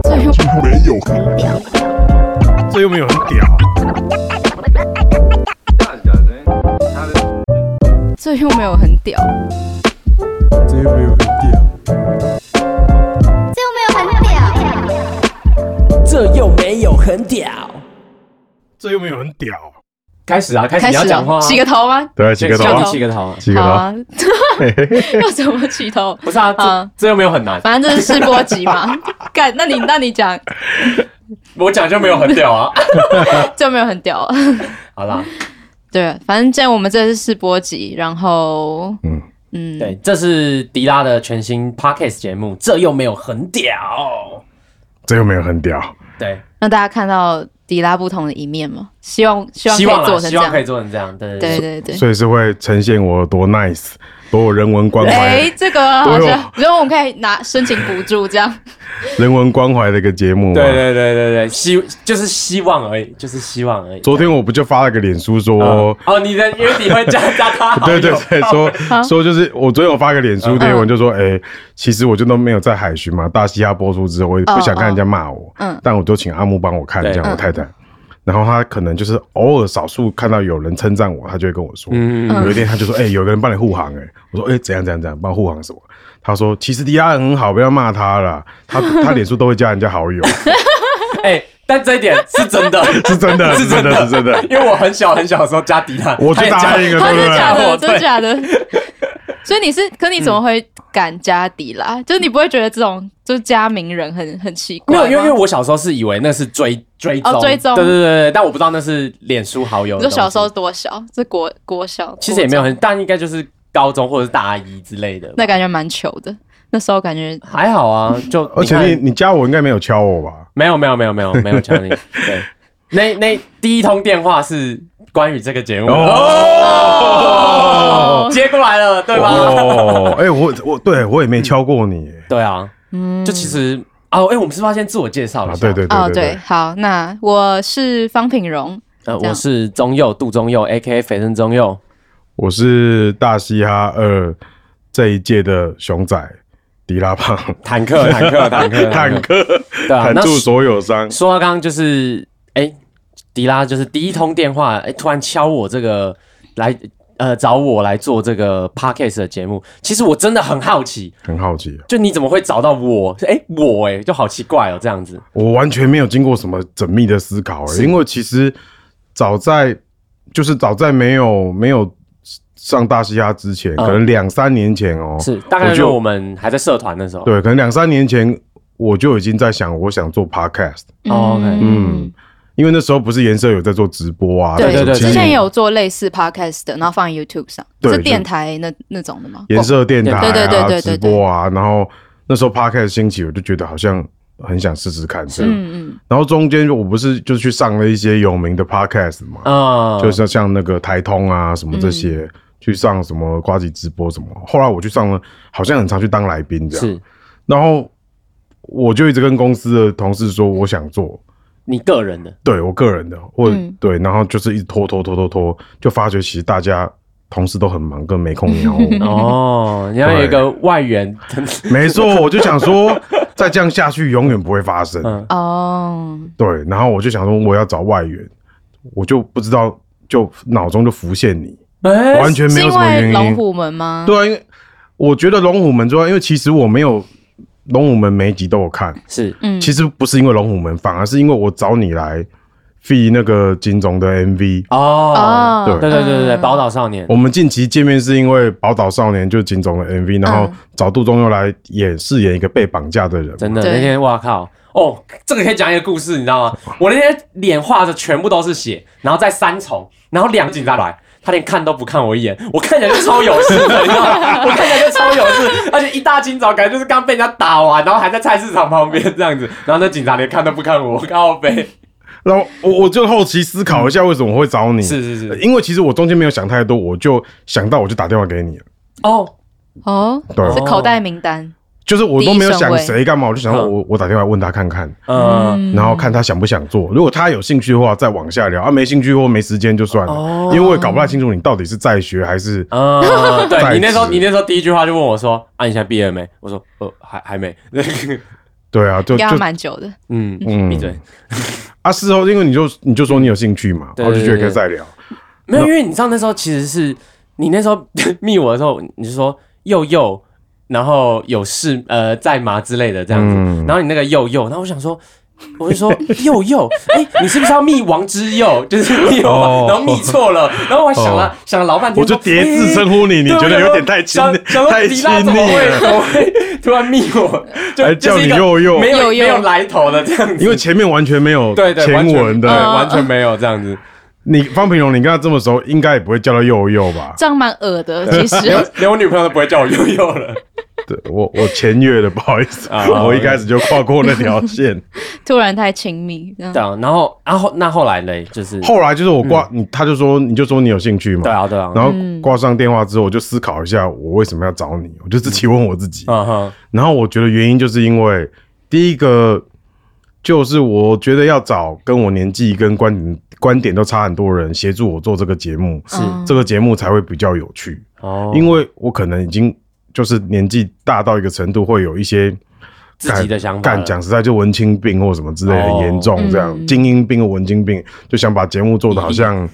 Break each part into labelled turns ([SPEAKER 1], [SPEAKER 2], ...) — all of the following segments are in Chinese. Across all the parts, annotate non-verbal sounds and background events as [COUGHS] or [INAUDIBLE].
[SPEAKER 1] 这又没有很
[SPEAKER 2] 没有。
[SPEAKER 1] 屌，
[SPEAKER 3] 这又没有很屌，
[SPEAKER 4] 这又没有很屌，
[SPEAKER 5] 这又没有很屌，
[SPEAKER 6] 这又没有很屌。
[SPEAKER 1] 这又没有很屌，
[SPEAKER 7] 开始啊，开始
[SPEAKER 3] 开
[SPEAKER 7] 你要
[SPEAKER 3] 始
[SPEAKER 7] 讲话
[SPEAKER 3] 了，
[SPEAKER 7] 啊，
[SPEAKER 3] 起个头吗？
[SPEAKER 2] 对，几个
[SPEAKER 7] 叫你
[SPEAKER 2] 头，
[SPEAKER 7] 起个头啊，
[SPEAKER 2] 几个
[SPEAKER 3] 好
[SPEAKER 2] 头，
[SPEAKER 3] 啊，[LAUGHS]
[SPEAKER 7] [LAUGHS]
[SPEAKER 3] 要怎么起头？
[SPEAKER 7] 不是啊，
[SPEAKER 3] 啊
[SPEAKER 7] 这这又没有很难，
[SPEAKER 3] 反正这是试播集
[SPEAKER 7] [LAUGHS]
[SPEAKER 3] 嘛。干，那你那你讲，
[SPEAKER 7] 我讲就没有很
[SPEAKER 3] [LAUGHS]
[SPEAKER 7] 屌啊。
[SPEAKER 3] 这没有很屌。 [LAUGHS]
[SPEAKER 7] 好啦，
[SPEAKER 3] 对，反正这样我们这是试播集，然后
[SPEAKER 2] 嗯
[SPEAKER 3] 嗯，
[SPEAKER 7] 对，这是迪拉的全新 podcast 节目，这又没有很屌。
[SPEAKER 2] 这又没有很屌，
[SPEAKER 7] 对，
[SPEAKER 3] 让大家看到迪拉不同的一面嘛。希望希望可
[SPEAKER 7] 希望
[SPEAKER 3] 以做
[SPEAKER 7] 啦
[SPEAKER 3] 成
[SPEAKER 7] 希
[SPEAKER 3] 这
[SPEAKER 7] 望可以
[SPEAKER 3] 样。
[SPEAKER 7] 做成这样，
[SPEAKER 3] 对
[SPEAKER 7] 对对。
[SPEAKER 3] 对对。
[SPEAKER 7] [LAUGHS]
[SPEAKER 2] 所以是会呈现我多 nice，多有人文关
[SPEAKER 3] 哎
[SPEAKER 2] 怀，，
[SPEAKER 3] 这个好
[SPEAKER 2] 对
[SPEAKER 3] 像
[SPEAKER 2] 哦，
[SPEAKER 3] 我觉得我们可以拿申请补助这样。
[SPEAKER 2] 人文关怀的一个节目嘛。
[SPEAKER 7] 对对对对对，希就是希望而已，就是希望而已。
[SPEAKER 2] 昨天我不就发了个脸书说
[SPEAKER 1] 啊
[SPEAKER 7] 嗯。哦，你的因为你会加加他好
[SPEAKER 2] 对
[SPEAKER 7] 友，
[SPEAKER 2] [LAUGHS] 对对，说 [LAUGHS] 说就是我昨天有发个脸书贴文，就说
[SPEAKER 3] 嗯
[SPEAKER 2] 哎、其实我就都没有在海巡嘛，大西亚播出之后，我也不想看人家骂我，
[SPEAKER 3] 嗯
[SPEAKER 2] 但我就请阿木帮我看，这
[SPEAKER 7] 对
[SPEAKER 2] 样我太太。然后他可能就是偶尔少数看到有人称赞我，他就会跟我说。
[SPEAKER 7] 嗯
[SPEAKER 2] 有一天他就说：“哎、有个人帮你护航。”哎，我说：“哎、怎样怎样怎样，帮我护航什么？”他说：“其实迪拉人很好，不要骂他啦。他他脸书都会加人家好友，啊
[SPEAKER 7] 哎，但这一点是真
[SPEAKER 2] [LAUGHS]
[SPEAKER 7] 的，
[SPEAKER 2] 是真的，是
[SPEAKER 7] 是
[SPEAKER 2] 真
[SPEAKER 7] 真
[SPEAKER 2] 的，是真的。
[SPEAKER 7] 因为我很小很小的时候加迪拉，
[SPEAKER 2] 我就
[SPEAKER 7] 他也加
[SPEAKER 2] 答 [LAUGHS] 应
[SPEAKER 3] 真
[SPEAKER 2] 了，对不
[SPEAKER 3] 的
[SPEAKER 2] 对？嗯
[SPEAKER 3] 假的？
[SPEAKER 7] 我
[SPEAKER 3] 真的假的？
[SPEAKER 2] [LAUGHS]
[SPEAKER 3] 所以你是，可你怎么会敢加底啦？就是你不会觉得这种就是加名人很很奇
[SPEAKER 7] 没
[SPEAKER 3] 怪
[SPEAKER 7] 有，
[SPEAKER 3] 吗？
[SPEAKER 7] 因为因为我小时候是以为那是追追踪，
[SPEAKER 3] 哦追踪
[SPEAKER 7] 对对对对，但我不知道那是脸书好友。
[SPEAKER 3] 你说小时候，多小？这国国小，
[SPEAKER 7] 其实也没
[SPEAKER 3] 有，
[SPEAKER 7] 有很，但应该就是高中或者是大一之类的。
[SPEAKER 3] 那感觉蛮糗的。那时候感觉
[SPEAKER 7] 还好啊，就
[SPEAKER 2] 而且
[SPEAKER 7] 看
[SPEAKER 2] 你你加我应该没有敲我吧？
[SPEAKER 7] 没有没有没有没有没有强你。对，那那第一通电话是关于这个节目的
[SPEAKER 3] 哦
[SPEAKER 7] 哦，接过来了，对吧？
[SPEAKER 2] 哦，哎、我我对我也没敲过你耶
[SPEAKER 7] 对啊，
[SPEAKER 3] 嗯，
[SPEAKER 7] 就其实哦，哎，我们是不是要先自我介绍一
[SPEAKER 2] 啊！对
[SPEAKER 7] 下？
[SPEAKER 2] 对
[SPEAKER 3] 哦
[SPEAKER 2] 对
[SPEAKER 3] 对，好，那我是方品荣，
[SPEAKER 7] 呃，
[SPEAKER 3] 这样
[SPEAKER 7] 我是中佑杜中佑，A K A 肥身中佑。
[SPEAKER 2] 我是大嘻哈二这一届的熊仔迪拉胖，
[SPEAKER 7] 坦克，坦克，坦克，
[SPEAKER 2] 坦克
[SPEAKER 7] 对嗯啊，
[SPEAKER 2] 坦
[SPEAKER 7] 那
[SPEAKER 2] 住所有伤。
[SPEAKER 7] 说到刚刚就是，哎、迪拉就是第一通电话，哎、突然敲我这个来，呃，找我来做这个 podcast 的节目。其实我真的很好奇，
[SPEAKER 2] 很好奇，啊
[SPEAKER 7] 就你怎么会找到我？哎、我哎、就好奇怪哦，这样子。
[SPEAKER 2] 我完全没有经过什么缜密的思考、欸，因为其实早在就是早在没有没有上大嘻哈之前，
[SPEAKER 7] 嗯
[SPEAKER 2] 可能两三年前哦、
[SPEAKER 7] 是，大概
[SPEAKER 2] 我
[SPEAKER 7] 就是
[SPEAKER 2] 就
[SPEAKER 7] 我们还在社团的时候。
[SPEAKER 2] 对，可能两三年前我就已经在想，我想做 podcast，
[SPEAKER 7] 哦，OK
[SPEAKER 2] 嗯，因为那时候不是颜色有在做直播啊，
[SPEAKER 3] 对
[SPEAKER 7] 对对
[SPEAKER 3] 之
[SPEAKER 2] 之
[SPEAKER 3] 前
[SPEAKER 2] 前
[SPEAKER 3] 也有做类似 podcast 的，然后放 YouTube 上，
[SPEAKER 2] 对
[SPEAKER 3] 是
[SPEAKER 2] 就
[SPEAKER 3] 电台那那种的吗？
[SPEAKER 7] 嗯
[SPEAKER 2] 颜色电台啊，
[SPEAKER 3] 对对对对对对
[SPEAKER 2] 直播啊，然后那时候 podcast 兴起，我就觉得好像很想试试看这样。
[SPEAKER 3] 嗯嗯，
[SPEAKER 2] 然后中间我不是就去上了一些有名的 podcast 嘛，
[SPEAKER 7] 嗯，
[SPEAKER 2] 就是像那个台通啊什么这些，
[SPEAKER 3] 嗯
[SPEAKER 2] 去上什么瓜子直播什么。后来我去上了，好像很常去当来宾这样。
[SPEAKER 7] 是
[SPEAKER 2] 然后我就一直跟公司的同事说我想做，
[SPEAKER 7] 你个人的，
[SPEAKER 2] 对我个人的，或、
[SPEAKER 3] 嗯
[SPEAKER 2] 对，然后就是一直拖拖拖拖拖，就发觉其实大家同事都很忙，跟没空鸟我。
[SPEAKER 3] [LAUGHS]
[SPEAKER 2] [LAUGHS]
[SPEAKER 7] 哦，你要有一个外援，
[SPEAKER 2] 没错，我就想说，再这样下去永远不会发生。
[SPEAKER 7] 嗯
[SPEAKER 3] 哦，
[SPEAKER 2] 对，然后我就想说，我要找外援，我就不知道，就脑中就浮现你，
[SPEAKER 7] 哎
[SPEAKER 2] 完全
[SPEAKER 3] 呃是
[SPEAKER 2] 没有
[SPEAKER 3] 因
[SPEAKER 2] 什么
[SPEAKER 3] 为
[SPEAKER 2] 原
[SPEAKER 3] 龙
[SPEAKER 2] 因。
[SPEAKER 3] 虎门吗？
[SPEAKER 2] 对啊，因为我觉得龙虎门之外，因为其实我没有龙虎门每一集都有看，
[SPEAKER 7] [LAUGHS] 是
[SPEAKER 3] 嗯，
[SPEAKER 2] 其实不是因为龙虎门，反而是因为我找你来 f 那个金钟的 MV。
[SPEAKER 7] 哦，
[SPEAKER 2] 对
[SPEAKER 7] 对对对对对，
[SPEAKER 3] 嗯
[SPEAKER 7] 宝岛少年
[SPEAKER 2] 我，们近期见面是因为《宝岛少年》就是金钟的 MV，然后
[SPEAKER 3] 嗯
[SPEAKER 2] 找杜忠又来演饰演一个被绑架的人嘛，
[SPEAKER 7] 真的，
[SPEAKER 3] 对
[SPEAKER 7] 那天哇靠，哦，这个可以讲一个故事，你知道吗？我那天脸画的全部都是血，然后在三重，然后两个警察来。他连看都不看我一眼，我看起来就超有事的，你知道吗？我看起来就超有事，而且一大清早感觉就是刚被人家打完，然后还在菜市场旁边这样子，然后那警察连看都不看我，靠背，
[SPEAKER 2] 然后我我就后期思考一下为什么我会找你，
[SPEAKER 7] 是是是，
[SPEAKER 2] 因为其实我中间没有想太多，我就想到我就打电话给你了，
[SPEAKER 7] 哦，
[SPEAKER 3] 哦，
[SPEAKER 2] 对
[SPEAKER 3] 是口袋名单，
[SPEAKER 2] 就是我都没有想
[SPEAKER 3] 第一顺
[SPEAKER 2] 谁干嘛，我就想说
[SPEAKER 7] 嗯
[SPEAKER 2] 我我打电话问他看看，
[SPEAKER 7] 嗯，
[SPEAKER 3] 嗯
[SPEAKER 2] 然后看他想不想做，如果他有兴趣的话再往下聊，啊没兴趣或没时间就算了 [LAUGHS]
[SPEAKER 7] 哦，
[SPEAKER 2] 因为我也搞不太清楚你到底是在学还是
[SPEAKER 7] 啊，对
[SPEAKER 2] 在
[SPEAKER 7] 你那时候，
[SPEAKER 2] 职
[SPEAKER 7] [LAUGHS] 你那时候第一句话就问我说：“啊，你现在毕业了没？”我说：“呃，还还没。”
[SPEAKER 2] 对啊，就
[SPEAKER 3] 给
[SPEAKER 2] 就
[SPEAKER 3] 他蛮久的。
[SPEAKER 7] 嗯，
[SPEAKER 2] 嗯
[SPEAKER 7] 闭嘴。
[SPEAKER 2] 啊，事后因为你就你就说你有兴趣嘛，
[SPEAKER 7] 对
[SPEAKER 2] 然后就觉得可
[SPEAKER 7] 对
[SPEAKER 2] 以
[SPEAKER 7] 对
[SPEAKER 2] 再聊。
[SPEAKER 7] 没有，因为你知道那时候其实是你那时候 [LAUGHS] 密我的时候，你就说佑佑，然后有事呃在吗之类的这样子，
[SPEAKER 2] 嗯
[SPEAKER 7] 然后你那个佑佑，然后我想说。我就说 [LAUGHS] 佑佑，哎、你是不是要密王之佑？ [LAUGHS] 就是密我，
[SPEAKER 2] 哦
[SPEAKER 7] 然后密错了，然后我还想了、
[SPEAKER 2] 哦
[SPEAKER 7] 想了老半天，
[SPEAKER 2] 我就叠字称呼你，你
[SPEAKER 7] 对
[SPEAKER 2] 觉得
[SPEAKER 7] 我
[SPEAKER 2] 有
[SPEAKER 7] 想
[SPEAKER 2] 点太亲
[SPEAKER 7] 说想想
[SPEAKER 2] 太
[SPEAKER 7] 说
[SPEAKER 2] 亲
[SPEAKER 7] 迪拉怎么
[SPEAKER 2] 密
[SPEAKER 7] 会
[SPEAKER 2] 了，
[SPEAKER 7] 怎么会 [LAUGHS] 突然密我？就
[SPEAKER 2] 还
[SPEAKER 7] 就
[SPEAKER 2] 叫
[SPEAKER 7] 是一
[SPEAKER 2] 你
[SPEAKER 7] 个
[SPEAKER 2] 佑佑
[SPEAKER 7] 没，有
[SPEAKER 3] 佑佑
[SPEAKER 7] 没有来头的这样子，
[SPEAKER 2] [LAUGHS] 因为前面完全没有
[SPEAKER 7] 对对
[SPEAKER 2] 前
[SPEAKER 7] 完全
[SPEAKER 2] 文
[SPEAKER 7] 对
[SPEAKER 2] 的。
[SPEAKER 7] 完全没有这样子，
[SPEAKER 2] 你方平荣，你跟他这么熟，应该也不会叫他佑佑吧？
[SPEAKER 7] [LAUGHS]
[SPEAKER 3] 这样蛮恶的，其
[SPEAKER 2] [LAUGHS]
[SPEAKER 3] 实
[SPEAKER 7] 连我女朋友都不会叫我佑佑了。
[SPEAKER 2] 对我我前越了，不好意思，
[SPEAKER 7] 啊嗯
[SPEAKER 2] 我一开始就跨过那条
[SPEAKER 7] [LAUGHS]
[SPEAKER 2] 线。
[SPEAKER 3] 突然太亲密，嗯这样
[SPEAKER 7] 对啊，然后然后那后来嘞，就是
[SPEAKER 2] 后来就是我挂
[SPEAKER 7] 嗯
[SPEAKER 2] 你，他就说你就说你有兴趣嘛，
[SPEAKER 7] 对啊对啊，
[SPEAKER 2] 然后挂上电话之后，我就思考一下，我为什么要找你？我就自己问我自己。
[SPEAKER 7] 嗯哼，
[SPEAKER 2] 然后我觉得原因就是因为第一个就是我觉得要找跟我年纪跟观点观点都差很多人协助我做这个节目，是
[SPEAKER 7] 嗯
[SPEAKER 3] 嗯
[SPEAKER 2] 这个节目才会比较有趣，
[SPEAKER 7] 哦，
[SPEAKER 2] 因为我可能已经就是年纪大到一个程度，会有一些。
[SPEAKER 7] 自己的想法
[SPEAKER 2] 干
[SPEAKER 7] 了
[SPEAKER 2] 讲实在就文青病或什么之类的
[SPEAKER 7] 呃哦
[SPEAKER 2] 严重，这样、
[SPEAKER 3] 嗯
[SPEAKER 2] 精英病、文青病，就想把节目做的
[SPEAKER 7] 嗯
[SPEAKER 2] 好像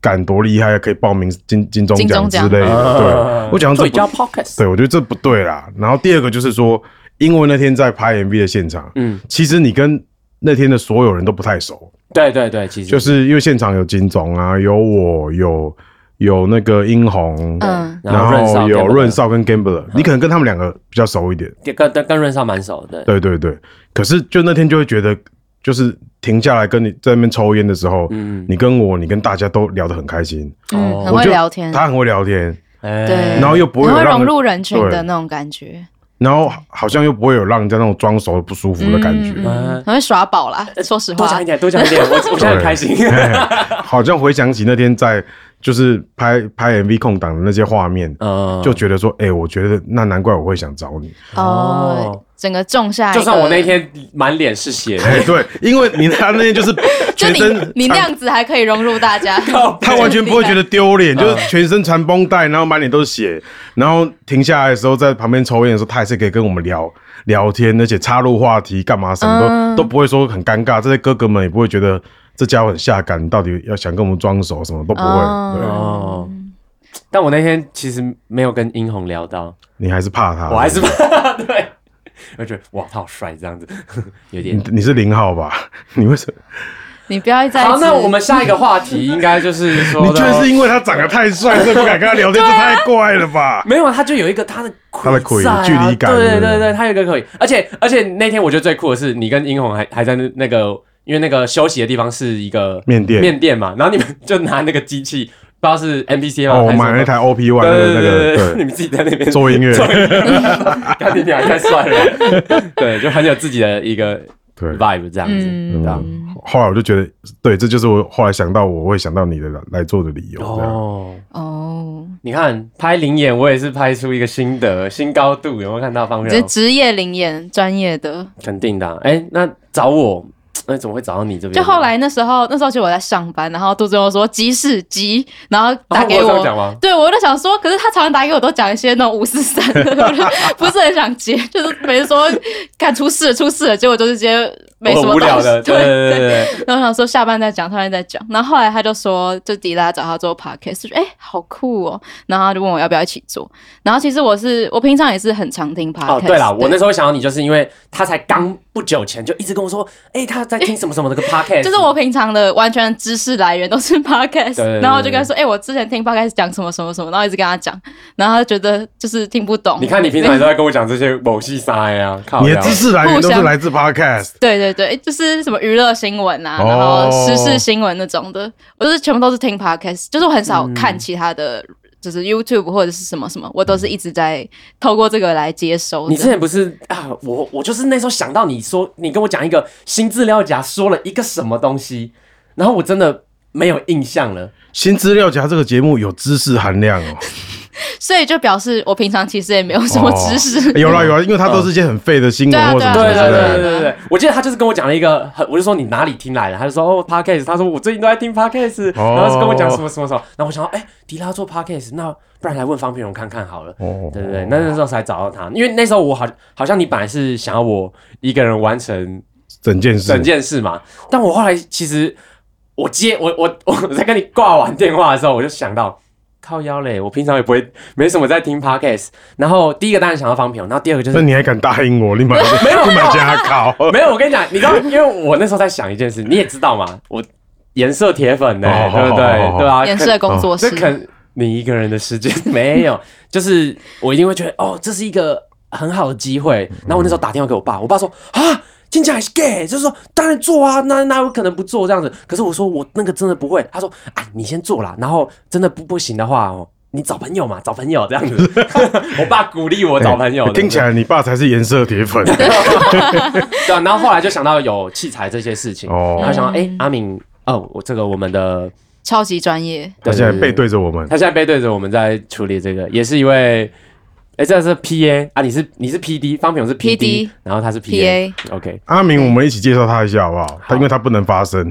[SPEAKER 2] 干多厉害，可以报名金金钟
[SPEAKER 3] 金
[SPEAKER 2] 奖
[SPEAKER 3] 钟
[SPEAKER 2] 之
[SPEAKER 3] 奖
[SPEAKER 2] 类的。
[SPEAKER 7] 啊
[SPEAKER 2] 对，我讲这
[SPEAKER 7] 最
[SPEAKER 2] 不
[SPEAKER 7] 佳 podcast，
[SPEAKER 2] 对，我觉得这不对啦。然后第二个就是说，因为那天在拍 MV 的现场，
[SPEAKER 7] 嗯，
[SPEAKER 2] 其实你跟那天的所有人都不太熟，
[SPEAKER 7] 对对对，其实
[SPEAKER 2] 就是因为现场有金总啊，有我，有有那个殷红，
[SPEAKER 3] 嗯
[SPEAKER 2] 然
[SPEAKER 7] 然后
[SPEAKER 2] 后
[SPEAKER 7] 润少
[SPEAKER 2] 有
[SPEAKER 7] 跟
[SPEAKER 2] 润少跟 Gambler，你可能跟他们两个比较熟一点，
[SPEAKER 7] 跟跟跟润少蛮熟的，
[SPEAKER 2] 对对对。可是就那天就会觉得，就是停下来跟你在那边抽烟的时候，
[SPEAKER 7] 嗯
[SPEAKER 2] 你跟我，你跟大家都聊得很开心，
[SPEAKER 3] 嗯，很
[SPEAKER 2] 我
[SPEAKER 3] 会
[SPEAKER 2] 就
[SPEAKER 3] 聊天，
[SPEAKER 2] 他很会聊天，
[SPEAKER 7] 哎
[SPEAKER 3] 对
[SPEAKER 2] 然后又不会
[SPEAKER 3] 很
[SPEAKER 2] 有
[SPEAKER 3] 会
[SPEAKER 2] 让
[SPEAKER 3] 融
[SPEAKER 2] 人
[SPEAKER 3] 入人群
[SPEAKER 2] 对
[SPEAKER 3] 的那种感觉，
[SPEAKER 2] 然后好像又不会有让人家那种装熟的不舒服的感觉。
[SPEAKER 3] 嗯嗯嗯很会耍宝啦。说实
[SPEAKER 7] 呃多
[SPEAKER 3] 话
[SPEAKER 7] 讲一，点，多讲一点，我我现在很开心，
[SPEAKER 2] 哎
[SPEAKER 3] 嗯
[SPEAKER 2] 好像回想起那天在就是拍拍 MV 空档的那些画面，
[SPEAKER 7] [LAUGHS] 嗯，
[SPEAKER 2] 就觉得说，哎、我觉得那难怪我会想找你。 [LAUGHS]
[SPEAKER 3] 哦，整个种下一个，
[SPEAKER 7] 就算我那天满脸是血，
[SPEAKER 2] 哎、对，因为你他那天就是
[SPEAKER 3] [LAUGHS] 就
[SPEAKER 2] 全
[SPEAKER 3] 你
[SPEAKER 2] 身
[SPEAKER 3] 你那
[SPEAKER 2] 缠
[SPEAKER 3] 样子还可以融入大
[SPEAKER 7] [LAUGHS]
[SPEAKER 3] 家，
[SPEAKER 2] 他完全不会觉得丢脸，
[SPEAKER 7] 嗯
[SPEAKER 2] 就是全身缠绷带，然后满脸都是血，然后停下来的时候，在旁边抽烟的时候，他还是可以跟我们聊聊天，而且插入话题干嘛什么都、
[SPEAKER 3] 嗯
[SPEAKER 2] 都不会说很尴尬，这些哥哥们也不会觉得这家伙很下感，你到底要想跟我们装熟什么都不会。
[SPEAKER 3] 哦
[SPEAKER 2] 对，
[SPEAKER 7] 哦。但我那天其实没有跟殷红聊到，
[SPEAKER 2] 你还是怕他，
[SPEAKER 7] 我还是 [LAUGHS] 对，我觉得哇他好帅这样子， [LAUGHS] 有点
[SPEAKER 2] 你你是零号吧？ [LAUGHS] 你为什么？
[SPEAKER 3] 你不要再
[SPEAKER 7] 好，那我们下一个话题应该就是说
[SPEAKER 2] 你
[SPEAKER 7] 到，
[SPEAKER 2] 居然是因为他长得太帅，所以不敢跟他聊天，这太怪了吧？
[SPEAKER 7] 没有，他就有一个他的
[SPEAKER 2] 他的魁
[SPEAKER 7] 在啊
[SPEAKER 2] 距离感
[SPEAKER 7] 对
[SPEAKER 2] 是不是
[SPEAKER 7] 对对，他有一个魁，而且而且那天我觉得最酷的是，你跟殷红还还在那那个，因为那个休息的地方是一个
[SPEAKER 2] 面店
[SPEAKER 7] 面店嘛，然后你们就拿那个机器，不知道是 MPC 吗？
[SPEAKER 2] 哦，我
[SPEAKER 7] 啊还是什么
[SPEAKER 2] 买了一台 OP
[SPEAKER 7] 对
[SPEAKER 2] One 的
[SPEAKER 7] 对
[SPEAKER 2] 那
[SPEAKER 7] 对对
[SPEAKER 2] 个，
[SPEAKER 7] 对，你们自己在那边
[SPEAKER 2] 做音乐
[SPEAKER 7] [LAUGHS] 做音乐，干你娘太帅了，对，就很有自己的一个
[SPEAKER 2] 对对。
[SPEAKER 7] vibe 这样子，
[SPEAKER 3] 嗯
[SPEAKER 7] 对啊
[SPEAKER 2] 后来我就觉得，对，这就是我后来想到我会想到你的来做的理由。这样
[SPEAKER 7] 哦。
[SPEAKER 3] 哦，
[SPEAKER 7] 你看拍灵眼，我也是拍出一个新的新高度，有没有看到方
[SPEAKER 3] 这
[SPEAKER 7] 面？
[SPEAKER 3] 职业灵眼专业的。
[SPEAKER 7] 肯定的啊、哎、那找我，那、怎么会找到你这边呢？
[SPEAKER 3] 就后来那时候，那时候其实我在上班，然后杜仲又说急事急，然后打给
[SPEAKER 7] 啊我有这
[SPEAKER 3] 我。
[SPEAKER 7] 样讲吗
[SPEAKER 3] 对，我就想说，可是他常常打给我都讲一些那种五四三 [LAUGHS] 的，我就不是很想接，就是每次说干出事了出事了，结果就是直接没什
[SPEAKER 7] 我
[SPEAKER 3] 么
[SPEAKER 7] 很无聊
[SPEAKER 3] 东西
[SPEAKER 7] 的，对
[SPEAKER 3] 对
[SPEAKER 7] 对对对，
[SPEAKER 3] 然后想说下班再讲，下班再讲。然后后来他就说，就迪拉找他做 podcast，就觉得哎、好酷哦。然后他就问我要不要一起做。然后其实我是我平常也是很常听 podcast 的。
[SPEAKER 7] 哦，对了，我那时候想到你，就是因为他才刚不久前就一直跟我说，哎、他在听什么什么那个 podcast，
[SPEAKER 3] 就是我平常的完全知识来源都是 podcast，
[SPEAKER 7] 对对
[SPEAKER 3] 然后我就跟他说，哎、我之前听 podcast 讲什么什么什么，然后一直跟他讲，然后他觉得就是听不懂。
[SPEAKER 7] 你看你平常也都在跟我讲这些某戏啥呀，靠
[SPEAKER 2] 你
[SPEAKER 7] 呀，
[SPEAKER 2] 的知识来源都是来自 Podcast，
[SPEAKER 3] 对对对，就是什么娱乐新闻啊，
[SPEAKER 2] 哦
[SPEAKER 3] 然后时事新闻那种的，我就是全部都是听 podcast，就是我很少
[SPEAKER 7] 嗯
[SPEAKER 3] 看其他的，就是 YouTube 或者是什么什么，我都是一直在透过这个来接收的。
[SPEAKER 7] 嗯你之前不是啊？我我就是那时候想到你说，你跟我讲一个新资料夹说了一个什么东西，然后我真的没有印象了。 [LAUGHS]
[SPEAKER 2] 新资料夹这个节目有知识含量哦，
[SPEAKER 3] 所以就表示我平常其实也没有什么
[SPEAKER 7] 哦
[SPEAKER 3] 知识。
[SPEAKER 2] 有啦有啊啦，因为它
[SPEAKER 7] 嗯
[SPEAKER 2] 都是一些很废的新闻
[SPEAKER 3] 嗯
[SPEAKER 2] 或者什
[SPEAKER 7] 啊对
[SPEAKER 2] 么
[SPEAKER 7] 对
[SPEAKER 2] 之类
[SPEAKER 7] 对啊对
[SPEAKER 2] 的。
[SPEAKER 7] 对对，我记得他就是跟我讲了一个很，我就说你哪里听来的，他就说哦 podcast，他说我最近都在听 podcast，、
[SPEAKER 2] 哦
[SPEAKER 7] 然后就跟我讲什么什么什么，然后我想说哎、迪拉做 podcast，那不然来问方平荣看看好了。
[SPEAKER 2] 哦
[SPEAKER 7] 对对对，那那时候才找到他，因为那时候我好好像你本来是想要我一个人完成
[SPEAKER 2] 整件事
[SPEAKER 7] 整件事嘛，但我后来其实我接我我 [LAUGHS] 我在跟你挂完电话的时候，我就想到靠腰嘞，我平常也不会没什么在听 podcast，然后第一个当然想到方平荣，然后第二个就是
[SPEAKER 2] 那你还敢答应我？你
[SPEAKER 7] [LAUGHS]
[SPEAKER 2] 买
[SPEAKER 7] 没有
[SPEAKER 2] 你买家考？
[SPEAKER 7] [LAUGHS] 没有，我跟你讲，你知道，因为我那时候在想一件事，你也知道嘛，我颜色铁粉呢、
[SPEAKER 2] 哦
[SPEAKER 7] 对不
[SPEAKER 2] 哦哦
[SPEAKER 7] 对？
[SPEAKER 3] [LAUGHS]
[SPEAKER 7] 对吧？
[SPEAKER 3] 掩饰的工作
[SPEAKER 7] 哦这
[SPEAKER 3] 室，
[SPEAKER 7] 肯你一个人的时间没有，就是我一定会觉得哦，这是一个很好的机会。
[SPEAKER 2] 嗯
[SPEAKER 7] 然后我那时候打电话给我爸，我爸说啊。听起来是 gay，就是说当然做啊，那那有可能不做这样子。可是我说我那个真的不会，他说哎，你先做啦，然后真的不不行的话哦，你找朋友嘛，找朋友这样子。我爸鼓励我找朋友
[SPEAKER 2] [LAUGHS]
[SPEAKER 7] 的，
[SPEAKER 2] 哎听起来你爸才是颜色铁粉。
[SPEAKER 7] 对啊，然后后来就想到有器材这些事情，
[SPEAKER 2] 哦
[SPEAKER 7] 然后想到哎、诶阿敏哦，我这个我们的
[SPEAKER 3] 超级专业。
[SPEAKER 2] 他现在背，
[SPEAKER 7] 对
[SPEAKER 2] 对着我们
[SPEAKER 7] 他，现在背对着我们在处理这个，也是一位，哎、这是 P A 啊，你是你是 P D，方平我是 P D，
[SPEAKER 3] PD
[SPEAKER 7] 然后他是 P
[SPEAKER 3] PA
[SPEAKER 7] A，OK，、
[SPEAKER 2] 阿明，我们一起介绍他一下好不好？他因为他不能发声，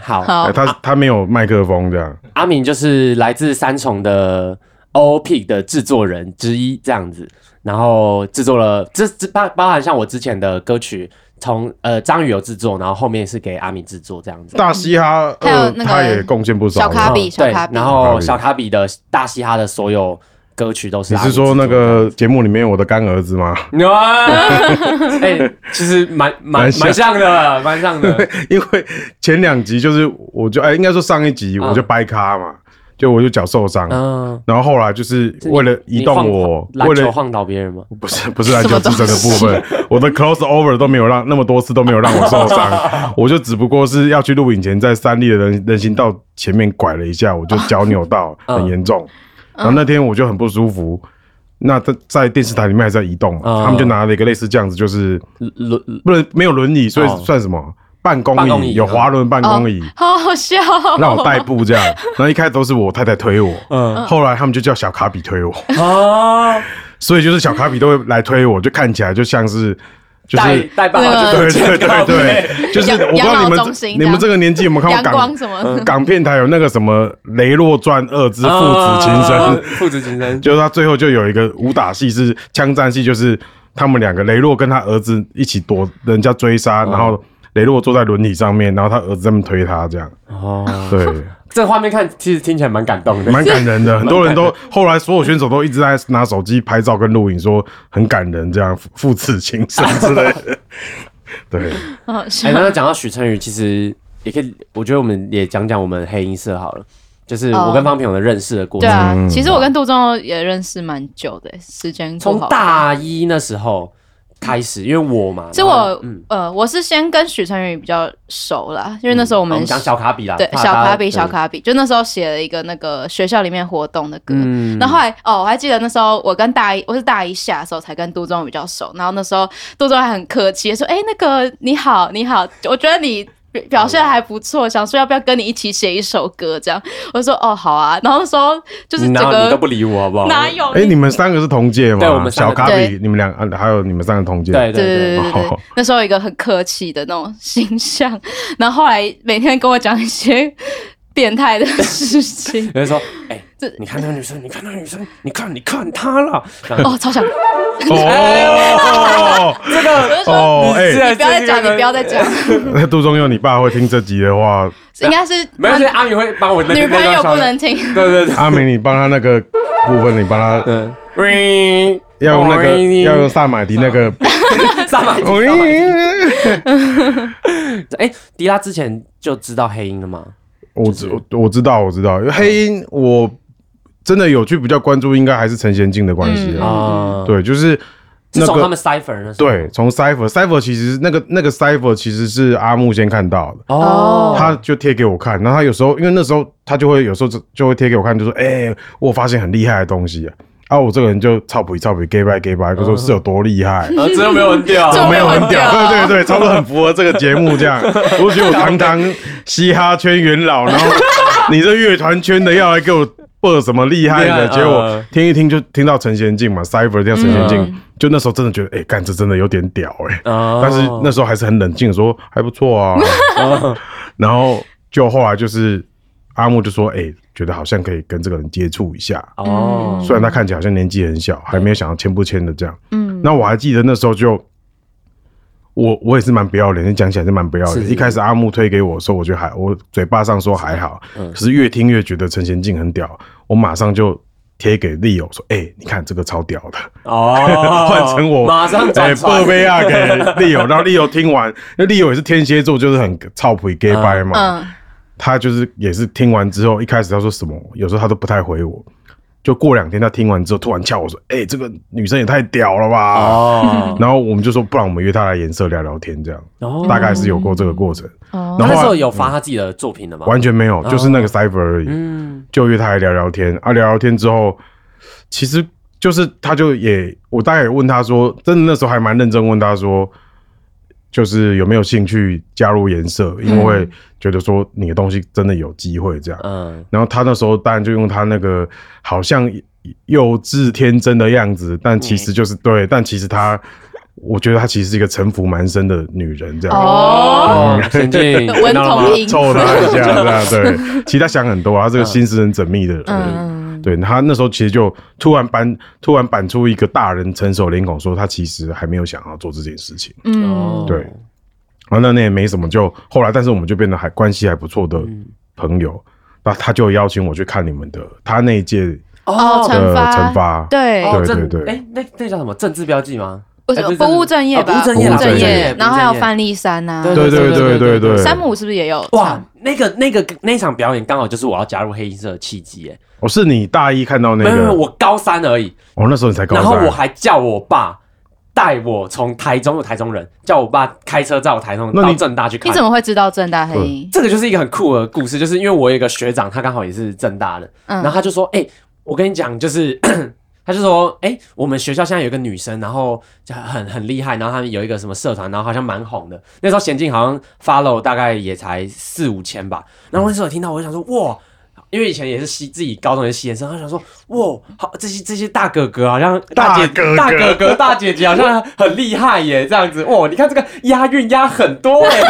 [SPEAKER 7] 好，
[SPEAKER 3] 好
[SPEAKER 2] 哎他他没有麦克风这样。
[SPEAKER 7] 阿敏就是来自三重的 OP 的制作人之一，这样子，然后制作了这这包包含像我之前的歌曲。从呃张宇有制作，然后后面是给阿敏制作这样子。
[SPEAKER 2] 大嘻哈
[SPEAKER 3] 还有
[SPEAKER 2] 二
[SPEAKER 3] 那个
[SPEAKER 2] 他也贡献不少
[SPEAKER 3] 小咖
[SPEAKER 2] 了。
[SPEAKER 3] 比
[SPEAKER 7] 嗯对
[SPEAKER 3] 小卡，比
[SPEAKER 7] 然后小卡比的大嘻哈的所有歌曲都是
[SPEAKER 2] 你
[SPEAKER 7] 阿米
[SPEAKER 2] 是
[SPEAKER 7] 制作
[SPEAKER 2] 说
[SPEAKER 7] 的。
[SPEAKER 2] 那个节目里面我的干儿子吗？ [LAUGHS]
[SPEAKER 7] 哇？ [LAUGHS] 哎，其实蛮蛮
[SPEAKER 2] 蛮像
[SPEAKER 7] 蛮像的，蛮像
[SPEAKER 2] [LAUGHS]
[SPEAKER 7] 的。
[SPEAKER 2] 因为前两集就是我就哎，应该说上一集
[SPEAKER 7] 嗯
[SPEAKER 2] 我就掰咖嘛，就我就脚受伤，
[SPEAKER 7] 嗯，
[SPEAKER 2] 然后后来就是
[SPEAKER 7] 是你
[SPEAKER 2] 为了移动我，
[SPEAKER 7] 你晃
[SPEAKER 2] 为
[SPEAKER 7] 篮球
[SPEAKER 2] 了
[SPEAKER 7] 晃倒别人吗？
[SPEAKER 2] 不是不是篮
[SPEAKER 3] 什
[SPEAKER 2] 球
[SPEAKER 3] 么
[SPEAKER 2] 之争的部分，我的 close over 都没有让那么多次都没有让我受
[SPEAKER 7] [LAUGHS]
[SPEAKER 2] 伤，我就只不过是要去录影前在三立的人人行道前面拐了一下，我就脚扭到，
[SPEAKER 7] 嗯
[SPEAKER 2] 很严重。然后那天我就很不舒服。那在在电视台里面还在移动嘛，
[SPEAKER 7] 嗯
[SPEAKER 2] 他们就拿了一个类似这样子，就是
[SPEAKER 7] 轮
[SPEAKER 2] 不能没有轮椅，所以
[SPEAKER 7] 哦
[SPEAKER 2] 算什么办公
[SPEAKER 7] 办公椅嗯
[SPEAKER 2] 椅？有滑轮办公椅，
[SPEAKER 3] 好好笑哦，
[SPEAKER 2] 让我代步这
[SPEAKER 7] [LAUGHS]
[SPEAKER 2] 样。然后一开始都是我太太推我，
[SPEAKER 7] 嗯
[SPEAKER 2] 后来他们就叫小卡比推我，
[SPEAKER 7] 啊，
[SPEAKER 2] 所以就是小卡比都会来推我，就看起来就像是就
[SPEAKER 7] 带
[SPEAKER 2] 是。
[SPEAKER 7] 带爸
[SPEAKER 3] 啊
[SPEAKER 7] 爸去
[SPEAKER 3] 呃
[SPEAKER 2] 对
[SPEAKER 7] 做
[SPEAKER 2] 对
[SPEAKER 7] 健
[SPEAKER 2] 对
[SPEAKER 7] 康
[SPEAKER 2] 对，就是我不知道
[SPEAKER 3] 养
[SPEAKER 2] 你
[SPEAKER 3] 老
[SPEAKER 2] 们
[SPEAKER 3] 中心
[SPEAKER 2] 你
[SPEAKER 3] 这
[SPEAKER 2] 们
[SPEAKER 3] 样
[SPEAKER 2] 这个年纪有没有看
[SPEAKER 3] 阳
[SPEAKER 2] 过港呃
[SPEAKER 3] 光什么，
[SPEAKER 2] 港片台有那个什么《雷洛传二之父子情深》
[SPEAKER 3] 哦
[SPEAKER 7] 啊父子情深。
[SPEAKER 2] 就是他最后就有一个武打戏是枪战戏，就是他们两个雷洛跟他儿子一起躲人家追杀，
[SPEAKER 3] 哦
[SPEAKER 2] 然后雷洛坐在轮椅上面，然后他儿子这么推他，这样
[SPEAKER 7] 哦，
[SPEAKER 2] 对，
[SPEAKER 7] 这画面看其实听起来蛮感动的，
[SPEAKER 2] 蛮感人的。很多人都后来所有选手都一直在拿手机拍照跟录影，说很感人，这样父父子情深之类
[SPEAKER 7] [LAUGHS]
[SPEAKER 2] 的。对，
[SPEAKER 3] 好 [LAUGHS] 好笑
[SPEAKER 7] 哎，。刚刚讲到许晨宇，其实也可以，我觉得我们也讲讲我们黑音社好了，就是我
[SPEAKER 3] 哦
[SPEAKER 7] 跟方平勇的认识的过
[SPEAKER 3] 对
[SPEAKER 7] 程。
[SPEAKER 3] 啊，其实我跟杜仲也认识蛮久的，时间过
[SPEAKER 7] 从
[SPEAKER 3] 好快
[SPEAKER 7] 大一那时候开始，因为我嘛，
[SPEAKER 3] 是
[SPEAKER 7] 然后
[SPEAKER 3] 我呃，我是先跟许成宇比较熟
[SPEAKER 7] 嗯
[SPEAKER 3] 啦，因为那时候我
[SPEAKER 7] 我
[SPEAKER 3] 们
[SPEAKER 7] 们讲哦小卡比啦，
[SPEAKER 3] 对
[SPEAKER 7] 怕
[SPEAKER 3] 小
[SPEAKER 7] 大家
[SPEAKER 3] 卡比小，
[SPEAKER 7] 对
[SPEAKER 3] 卡比，就那时候写了一个那个学校里面活动的歌，
[SPEAKER 7] 嗯
[SPEAKER 3] 然后后来哦，我还记得那时候我跟大一，我是大一下的时候才跟杜仲比较熟，然后那时候杜仲还很客气说：“哎、那个你好，你好，我觉得你。”表现还不错，想说要不要跟你一起写一首歌这样，我就说哦好啊，然后那时候就是
[SPEAKER 7] 你
[SPEAKER 3] 整
[SPEAKER 7] 哪嗯你都
[SPEAKER 3] 个
[SPEAKER 7] 不理我好不好？
[SPEAKER 3] 哪有
[SPEAKER 2] 哎，你们三个是同届吗？
[SPEAKER 7] 对我们三
[SPEAKER 2] 小
[SPEAKER 7] 个
[SPEAKER 2] 卡
[SPEAKER 3] 对
[SPEAKER 2] 比，你们两啊，还有你们三个同届。
[SPEAKER 7] 对对
[SPEAKER 3] 对
[SPEAKER 7] 对，，
[SPEAKER 3] 对对对
[SPEAKER 2] 哦
[SPEAKER 3] 对，那时候有一个很客气的那种形象，然后后来每天跟我讲一些变态的事情
[SPEAKER 7] 有
[SPEAKER 3] [LAUGHS]
[SPEAKER 7] 人说，哎
[SPEAKER 3] 这，
[SPEAKER 7] 你看那个女生，你 [LAUGHS] 看那个女生，你看你看她了， [LAUGHS] 这样
[SPEAKER 3] 哦，超想，
[SPEAKER 7] [LAUGHS]
[SPEAKER 2] 哦，
[SPEAKER 7] 这个
[SPEAKER 2] 哦，哎、
[SPEAKER 7] 是啊
[SPEAKER 3] 你不要再讲，
[SPEAKER 7] 这个
[SPEAKER 3] 你不要再讲，
[SPEAKER 2] 那杜仲佑，你爸会听这集的话，
[SPEAKER 3] 应该是
[SPEAKER 7] 没关系，阿宇会帮我那
[SPEAKER 3] 女朋友不，
[SPEAKER 7] 那
[SPEAKER 3] 能听，
[SPEAKER 7] 个对对对。
[SPEAKER 2] 阿明，你帮他那个部分，你帮他
[SPEAKER 7] 嗯，ring
[SPEAKER 2] 要用那个
[SPEAKER 7] ring
[SPEAKER 2] 要用萨马迪那
[SPEAKER 7] [LAUGHS]
[SPEAKER 2] 个，
[SPEAKER 7] 萨满。萨满哎，迪拉之前就知道黑鹰了吗？
[SPEAKER 2] 我知我我知道我知道，因为黑鹰我真的有去比较关注，应该还是陈贤进的关系
[SPEAKER 3] 嗯
[SPEAKER 2] 啊，
[SPEAKER 7] 啊，，
[SPEAKER 2] 对，就是
[SPEAKER 7] 是
[SPEAKER 2] 那
[SPEAKER 7] 从他
[SPEAKER 2] 个
[SPEAKER 7] 们 cipher 那时候
[SPEAKER 2] 对，从 Cipher Cipher 其实那个那个 Cipher 其实是阿木先看到的。
[SPEAKER 7] 哦，
[SPEAKER 2] 他就贴给我看，然后他有时候因为那时候他就会有时候就就会贴给我看，就说：“哎、我有发现很厉害的东西啊！”啊，我这个人就操不操不 gay bye gay bye，就说是有多厉害，
[SPEAKER 7] 啊，这又没有人掉，
[SPEAKER 3] 这
[SPEAKER 2] 没有很
[SPEAKER 3] 很
[SPEAKER 2] 屌，
[SPEAKER 3] 屌
[SPEAKER 2] 对
[SPEAKER 7] 哦
[SPEAKER 2] 对对，差不多很符合这个节目这
[SPEAKER 7] [LAUGHS]
[SPEAKER 2] 样。我觉得我堂堂嘻哈圈元老，然后你这乐团圈的要来给我不什么厉害
[SPEAKER 7] 厉害
[SPEAKER 2] 的，结果
[SPEAKER 7] 嗯
[SPEAKER 2] 听一听就听到陈贤进嘛，Cypher 这样陈贤进，就那时候真的觉得，哎，干这真的有点屌哎，
[SPEAKER 7] 哦
[SPEAKER 2] 但是那时候还是很冷静，说还不错
[SPEAKER 7] [LAUGHS]
[SPEAKER 2] 啊。然后就后来就是阿木就说，哎，觉得好像可以跟这个人接触一下，
[SPEAKER 7] 哦，
[SPEAKER 2] 虽然他看起来好像年纪很小，还没有想要签不签的这样。
[SPEAKER 3] 嗯，
[SPEAKER 2] 那我还记得那时候就，我我也是蛮不要脸的，讲起来是蛮不要脸
[SPEAKER 7] 是
[SPEAKER 2] 的。
[SPEAKER 7] 是
[SPEAKER 2] 一开始阿木推给我的时候，我觉得还我嘴巴上说还好，
[SPEAKER 7] 嗯
[SPEAKER 2] 可是越听越觉得陈贤进很屌，我马上就贴给丽友说：“哎、你看这个超屌的。”
[SPEAKER 7] 哦，
[SPEAKER 2] [LAUGHS] 换成我
[SPEAKER 7] 马上
[SPEAKER 2] 哎，
[SPEAKER 7] 转
[SPEAKER 2] 波
[SPEAKER 7] 传
[SPEAKER 2] 贝亚
[SPEAKER 7] [LAUGHS]
[SPEAKER 2] 给丽友，然后丽友听完，那丽友也是天蝎座，就是很操皮 gay 掰嘛。
[SPEAKER 3] 嗯，
[SPEAKER 2] 他就是也是听完之后，一开始他说什么，有时候他都不太回我。就过两天他听完之后，突然叫我说：“哎、这个女生也太屌了吧！”
[SPEAKER 7] 哦，
[SPEAKER 2] 然后我们就说，不然我们约他来颜色聊聊天，这样、
[SPEAKER 7] 哦
[SPEAKER 2] 大概是有过这个过程。
[SPEAKER 3] 哦，
[SPEAKER 7] 他
[SPEAKER 2] 然后
[SPEAKER 7] 那
[SPEAKER 2] 后
[SPEAKER 7] 时候
[SPEAKER 2] 来嗯
[SPEAKER 7] 有发他自己的作品的吗？
[SPEAKER 2] 完全没有，就是那个 Cypher 而已，
[SPEAKER 7] 嗯，
[SPEAKER 2] 就约他来聊聊天啊。聊聊天之后，其实就是他就也，我大概也问他说，真的那时候还蛮认真问他说，就是有没有兴趣加入颜色，因为觉得说你的东西真的有机会这样。
[SPEAKER 7] 嗯
[SPEAKER 2] 然后他那时候当然就用他那个好像幼稚天真的样子，但其实就是、对，但其实他，我觉得她其实是一个城府蛮深的女人，这样。
[SPEAKER 7] 哦
[SPEAKER 3] 哦，
[SPEAKER 2] [LAUGHS]
[SPEAKER 7] 先进
[SPEAKER 3] [LAUGHS] 文同音，
[SPEAKER 2] 凑他一下，这样对。其实他想很多，他是个心思很缜密的人。
[SPEAKER 3] 嗯
[SPEAKER 2] 对他那时候其实就突然搬，突然板出一个大人成熟脸孔，说他其实还没有想要做这件事情。
[SPEAKER 7] 哦
[SPEAKER 3] 嗯，
[SPEAKER 2] 对，然后那那也没什么，就后来，但是我们就变得还关系还不错的
[SPEAKER 7] 嗯
[SPEAKER 2] 朋友。那他就邀请我去看你们的他那一届
[SPEAKER 3] 哦，
[SPEAKER 2] 的
[SPEAKER 3] 惩罚，
[SPEAKER 2] 惩罚，
[SPEAKER 3] 对，
[SPEAKER 7] 哦
[SPEAKER 2] 对
[SPEAKER 7] 政
[SPEAKER 2] 对对
[SPEAKER 7] 哎，那那叫什么政治标记吗？
[SPEAKER 3] 不是
[SPEAKER 7] 哎不是
[SPEAKER 3] 不务正业吧？
[SPEAKER 7] 哦不务正业
[SPEAKER 2] 啦
[SPEAKER 3] 不务正
[SPEAKER 2] 不务正
[SPEAKER 3] 业
[SPEAKER 7] 业，
[SPEAKER 3] 然后还有范丽山呐，
[SPEAKER 7] 对
[SPEAKER 2] 对对对对对。
[SPEAKER 3] 山姆是不是也有？
[SPEAKER 7] 哇，，那个那个那场表演刚好就是我要加入黑色的契机，哎，
[SPEAKER 2] 我哦是你大一看到那
[SPEAKER 7] 没有没有，
[SPEAKER 2] 个，
[SPEAKER 7] 我高三而已，
[SPEAKER 2] 哦那时候你才高
[SPEAKER 7] 然后
[SPEAKER 2] 三
[SPEAKER 7] 我，还叫我爸带我从台中，我台中人，叫我爸开车载我台中
[SPEAKER 2] 那
[SPEAKER 7] 到
[SPEAKER 2] 你
[SPEAKER 7] 正大去看。
[SPEAKER 3] 你怎么会知道正大黑鹰？
[SPEAKER 7] 这个就是一个很酷的故事，就是因为我有一个学长，他刚好也是正大的，
[SPEAKER 3] 嗯
[SPEAKER 7] 然后他就说：“哎、我跟你讲，就是 [CLEARS THROAT] 他就说，哎、我们学校现在有一个女生，然后就很很厉害，然后他们有一个什么社团，然后好像蛮红的。那时候娴静好像 follow 大概也才四五千吧。然后那时候我听到，我就想说，哇。”因为以前也是吸自己高中也是吸研生，他想说，哇，好这些这些大哥哥好像姐
[SPEAKER 2] 大哥哥
[SPEAKER 7] [LAUGHS] 大哥哥大姐姐好像很厉害耶，这样子，哇，你看这个押韵押很多哎，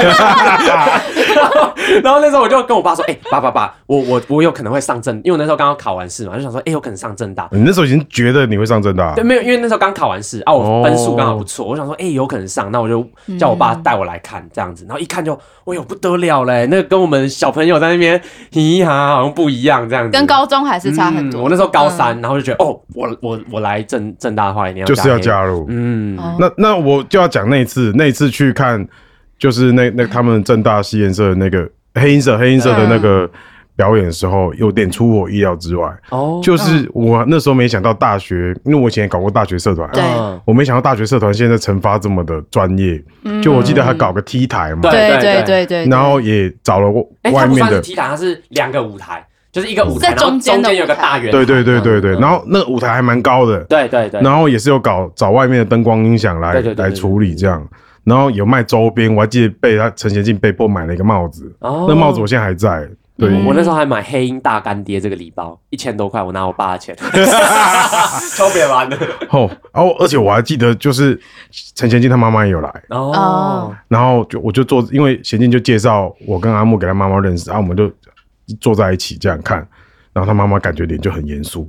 [SPEAKER 7] [LAUGHS] 然后那时候我就跟我爸说：“哎、爸爸爸，我我我有可能会上正，因为我那时候刚刚考完试嘛，就想说，哎、有可能上正大。
[SPEAKER 2] 你那时候已经觉得你会上正大
[SPEAKER 7] 对，，没有，因为那时候刚考完试啊，我分数刚好不错，我想说，哎、有可能上，那我就叫我爸
[SPEAKER 3] 嗯
[SPEAKER 7] 带我来看这样子。然后一看就，哎呦不得了嘞，那个跟我们小朋友在那边嘻哈好像不一样这样子，
[SPEAKER 3] 跟高中还是差很
[SPEAKER 7] 嗯
[SPEAKER 3] 多。
[SPEAKER 7] 我那时候高三，然后就觉得，哦，我我我来正正大的话，一定要
[SPEAKER 2] 就是要
[SPEAKER 7] 黑
[SPEAKER 2] 加入。
[SPEAKER 7] 嗯，
[SPEAKER 3] 哦
[SPEAKER 2] 那那我就要讲那一次，那一次去看，就是那那他们正大西颜色的那
[SPEAKER 7] [LAUGHS]
[SPEAKER 2] 个黑音色黑音色的那个
[SPEAKER 7] 嗯
[SPEAKER 2] 表演的时候，有点出我意料之外。
[SPEAKER 7] 哦，
[SPEAKER 2] 就是我那时候没想到大学，因为我以前也搞过大学社团，啊
[SPEAKER 3] 对
[SPEAKER 7] 嗯
[SPEAKER 2] 我没想到大学社团现在惩罚这么的专业。就我记得还搞个 T 台嘛，
[SPEAKER 7] 对
[SPEAKER 3] 对
[SPEAKER 7] 对
[SPEAKER 3] 对
[SPEAKER 7] 对
[SPEAKER 3] 对对，
[SPEAKER 2] 然后也找了
[SPEAKER 7] 哎、
[SPEAKER 2] 外
[SPEAKER 7] 它不
[SPEAKER 2] 面
[SPEAKER 7] 算
[SPEAKER 2] 的
[SPEAKER 7] 是，T 台，它是两个舞台，就是一个舞
[SPEAKER 3] 在
[SPEAKER 7] 台，然后
[SPEAKER 3] 中间
[SPEAKER 7] 中
[SPEAKER 3] 的
[SPEAKER 7] 间有
[SPEAKER 3] 舞
[SPEAKER 7] 个
[SPEAKER 3] 台
[SPEAKER 7] 大圆台，
[SPEAKER 2] 对对对对
[SPEAKER 7] 嗯
[SPEAKER 2] 对，
[SPEAKER 7] 嗯
[SPEAKER 2] 然后那个舞台还蛮高的，
[SPEAKER 7] 对对对，
[SPEAKER 2] 然后也是有搞找外面的灯光音响来
[SPEAKER 7] 对对对对
[SPEAKER 2] 来
[SPEAKER 7] 对
[SPEAKER 2] 处理这样，然后有卖周边，我还记得被他陈贤进被迫买了一个帽子，那帽子我现在还在，对，
[SPEAKER 7] 哦我那时候还买黑鹰大干爹这个礼包，一千多块，我拿我爸的 [LAUGHS] 钱，超别玩的。
[SPEAKER 2] 哦，然后而且我还记得就是陈贤进他妈妈也有来，
[SPEAKER 7] 哦
[SPEAKER 3] 哦，
[SPEAKER 2] 然后就我就坐，因为贤进就介绍我跟阿木给他妈妈认识，然后我们就坐在一起这样看，然后他妈妈感觉脸就很严肃，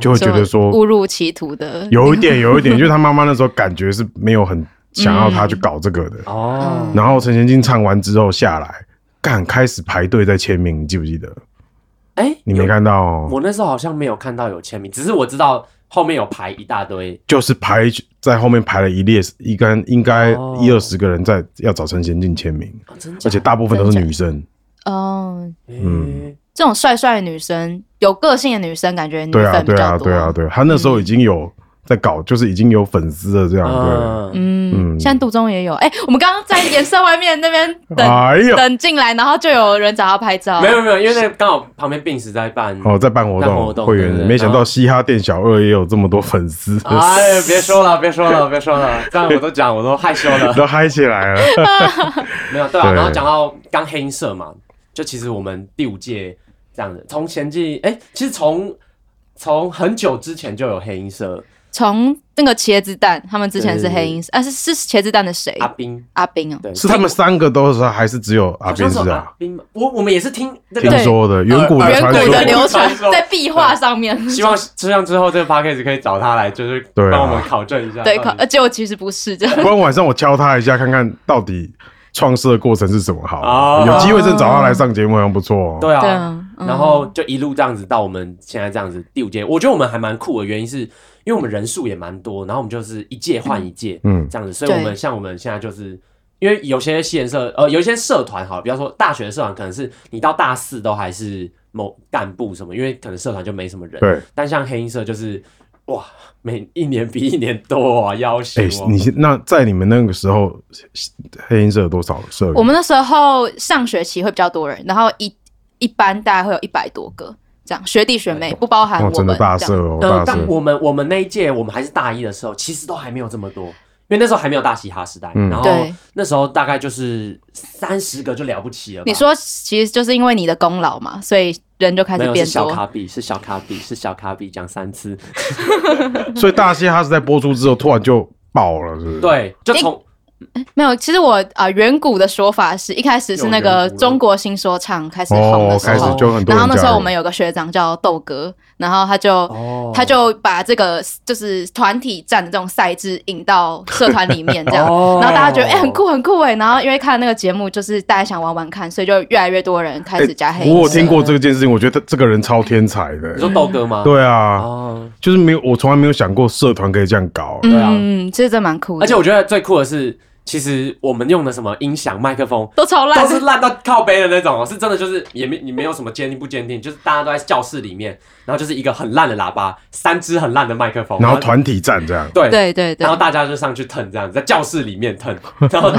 [SPEAKER 2] 就会觉得
[SPEAKER 7] 嗯
[SPEAKER 2] 说
[SPEAKER 3] 误入歧途的，
[SPEAKER 2] 有一点有一点，就是他妈妈那时候感觉是没有很想要他去搞这个的，
[SPEAKER 7] 哦，
[SPEAKER 2] 然后陈贤进唱完之后下来，干开始排队在签名，你记不记得？
[SPEAKER 7] 哎，
[SPEAKER 2] 你没
[SPEAKER 7] 有？
[SPEAKER 2] 看到、哦？
[SPEAKER 7] 我那时候好像没有看到有签名，只是我知道后面有排一大堆。
[SPEAKER 2] 就是排在后面排了一列，一干应该
[SPEAKER 7] 哦
[SPEAKER 2] 一二十个人在要找陈贤进签名，
[SPEAKER 7] 哦真假
[SPEAKER 2] 而且大部分都是女生。
[SPEAKER 3] 哦，
[SPEAKER 7] 嗯，
[SPEAKER 3] 这种帅帅的女生，有个性的女生，感觉女
[SPEAKER 2] 对啊，
[SPEAKER 3] 粉比
[SPEAKER 2] 对
[SPEAKER 3] 较
[SPEAKER 2] 啊，
[SPEAKER 3] 多。
[SPEAKER 2] 对啊，对啊，他那时候已经有在搞，就是已经有粉丝了这样。对，
[SPEAKER 7] 嗯，
[SPEAKER 3] 嗯，
[SPEAKER 2] 嗯
[SPEAKER 3] 现在杜中也有。哎，我们刚刚在颜色外面那边等
[SPEAKER 2] 哎呦，
[SPEAKER 3] 等进来，然后就有人找他拍照。
[SPEAKER 7] 没有没有，因为那刚好旁边病史在办。
[SPEAKER 2] 哦，在办活
[SPEAKER 7] 办
[SPEAKER 2] 动
[SPEAKER 7] 活动
[SPEAKER 2] 会
[SPEAKER 7] 对对嗯
[SPEAKER 2] 员，
[SPEAKER 7] 对
[SPEAKER 2] 没想到嘻哈店小二也有这么多粉丝，
[SPEAKER 7] 哎，别说了，别说了，别说了，这样我都讲，我都害羞
[SPEAKER 2] [LAUGHS]
[SPEAKER 7] 了。
[SPEAKER 2] 都嗨起来了。
[SPEAKER 7] 没有对啊，
[SPEAKER 2] 对
[SPEAKER 7] 然后讲到刚黑音社嘛，就其实我们第五届在这样子。从前进，哎、其实从从很久之前就有黑音社
[SPEAKER 3] 从那个茄子蛋，他们之前是
[SPEAKER 7] 对对对
[SPEAKER 3] 黑鹰，啊是是茄子蛋的谁？
[SPEAKER 7] 阿
[SPEAKER 2] 啊
[SPEAKER 7] 斌，
[SPEAKER 3] 阿斌哦，
[SPEAKER 7] 对，
[SPEAKER 2] 是他们三个都是，还是只有阿
[SPEAKER 7] 好
[SPEAKER 2] 斌
[SPEAKER 7] 像呃
[SPEAKER 2] 是
[SPEAKER 7] 有
[SPEAKER 2] 啊？
[SPEAKER 7] 阿斌吗？我我们也是听这
[SPEAKER 2] 听
[SPEAKER 7] 个
[SPEAKER 3] 对，
[SPEAKER 2] 说的远古的
[SPEAKER 3] 远
[SPEAKER 2] 传
[SPEAKER 3] 古的
[SPEAKER 2] 说，
[SPEAKER 3] 流
[SPEAKER 7] 传说
[SPEAKER 3] 传在壁画上面。
[SPEAKER 7] 希望这样之后这个 p a c k a g e 可以找他来，就是
[SPEAKER 2] 对啊
[SPEAKER 7] 帮我们考证一下。
[SPEAKER 3] 对，
[SPEAKER 7] 到
[SPEAKER 3] 可
[SPEAKER 7] 底
[SPEAKER 3] 呃结果其实不是这
[SPEAKER 7] [LAUGHS]
[SPEAKER 3] 样。
[SPEAKER 2] 不然晚上我敲他一下，看看到底创世的过程是什么好
[SPEAKER 7] 哦
[SPEAKER 2] 了。有机会真找他来上节目，好像不错。哦。
[SPEAKER 7] 对啊，
[SPEAKER 3] 对啊嗯
[SPEAKER 7] 然后就一路这样子到我们现在这样子第五届，我觉得我们还蛮酷的原因是，因为我们人数也蛮多，然后我们就是一届换一届，
[SPEAKER 2] 嗯
[SPEAKER 7] 这样子，所以我们
[SPEAKER 3] 对
[SPEAKER 7] 像我们现在就是。因为有些系人社，呃，有一些社团好了，比方说大学的社团，可能是你到大四都还是某干部什么，因为可能社团就没什么人。
[SPEAKER 2] 对。
[SPEAKER 7] 但像黑音社就是，哇，每一年比一年多啊，要求、
[SPEAKER 2] 哎，你是那在你们那个时候，黑音社有多少社员？
[SPEAKER 3] 我们那时候上学期会比较多人，然后一一般大概会有一百多个这样，学弟学妹不包含
[SPEAKER 2] 哎哇，
[SPEAKER 3] 我
[SPEAKER 2] 真的
[SPEAKER 3] 们
[SPEAKER 2] 大
[SPEAKER 3] 这
[SPEAKER 2] 社
[SPEAKER 3] 样。呃
[SPEAKER 2] 哦，
[SPEAKER 7] 嗯
[SPEAKER 2] 大，社
[SPEAKER 7] 但。我们我们那一届，我们还是大一的时候，其实都还没有这么多，因为那时候还没有大嘻哈时代。
[SPEAKER 2] 嗯
[SPEAKER 7] 然后
[SPEAKER 3] 对
[SPEAKER 7] 那时候大概就是三十个就了不起了吧。
[SPEAKER 3] 你说其实就是因为你的功劳嘛，所以人就开
[SPEAKER 7] 没
[SPEAKER 3] 始
[SPEAKER 7] 有是
[SPEAKER 3] 变
[SPEAKER 7] 小
[SPEAKER 3] 多。
[SPEAKER 7] 卡比，是小卡比，是小卡比，讲三次。
[SPEAKER 2] 所以大戏它是在播出之后突然就爆了，是不是？，
[SPEAKER 7] 对，就从
[SPEAKER 3] 没有，其实我啊、呃远古的说法是一开始是那
[SPEAKER 7] 有远
[SPEAKER 3] 个
[SPEAKER 7] 古了
[SPEAKER 3] 中国新说唱开始红
[SPEAKER 2] 哦
[SPEAKER 3] 的，时
[SPEAKER 2] 开始
[SPEAKER 3] 候，
[SPEAKER 2] 就很多
[SPEAKER 3] 然
[SPEAKER 2] 人加入。
[SPEAKER 3] 后那时候我们有个学长叫豆哥，然后他就、
[SPEAKER 7] 哦
[SPEAKER 3] 他就把这个就是团体战的这种赛制引到社团里
[SPEAKER 2] [LAUGHS]
[SPEAKER 3] 面，这样，
[SPEAKER 7] 哦
[SPEAKER 3] 然后大家觉得哎、很酷很酷哎，然后因为看那个节目，就是大家想玩玩看，所以就越来越多人开始加黑、
[SPEAKER 2] 欸我有听过这件事情，我觉得这个人超天才的、
[SPEAKER 7] 你说豆哥吗？
[SPEAKER 2] 对啊，
[SPEAKER 7] 哦，
[SPEAKER 2] 就是没有，我从来没有想过社团可以这样搞。
[SPEAKER 7] 对啊
[SPEAKER 3] 嗯，嗯，其实真蛮酷的，
[SPEAKER 7] 而且我觉得最酷的是，其实我们用的什么音响、麦克风。
[SPEAKER 3] 都超烂
[SPEAKER 7] 都，是烂到靠背的那种哦，是真的，就是也没你没有什么坚定不坚定，就是大家都在教室里面，然后就是一个很烂的喇叭，三支很烂的麦克风，
[SPEAKER 2] 然后团体战这样，
[SPEAKER 7] 对
[SPEAKER 3] 对对对
[SPEAKER 7] 然后，大家就上去腾这样子，在教室里面腾， [LAUGHS] 然
[SPEAKER 3] [LAUGHS]
[SPEAKER 7] 后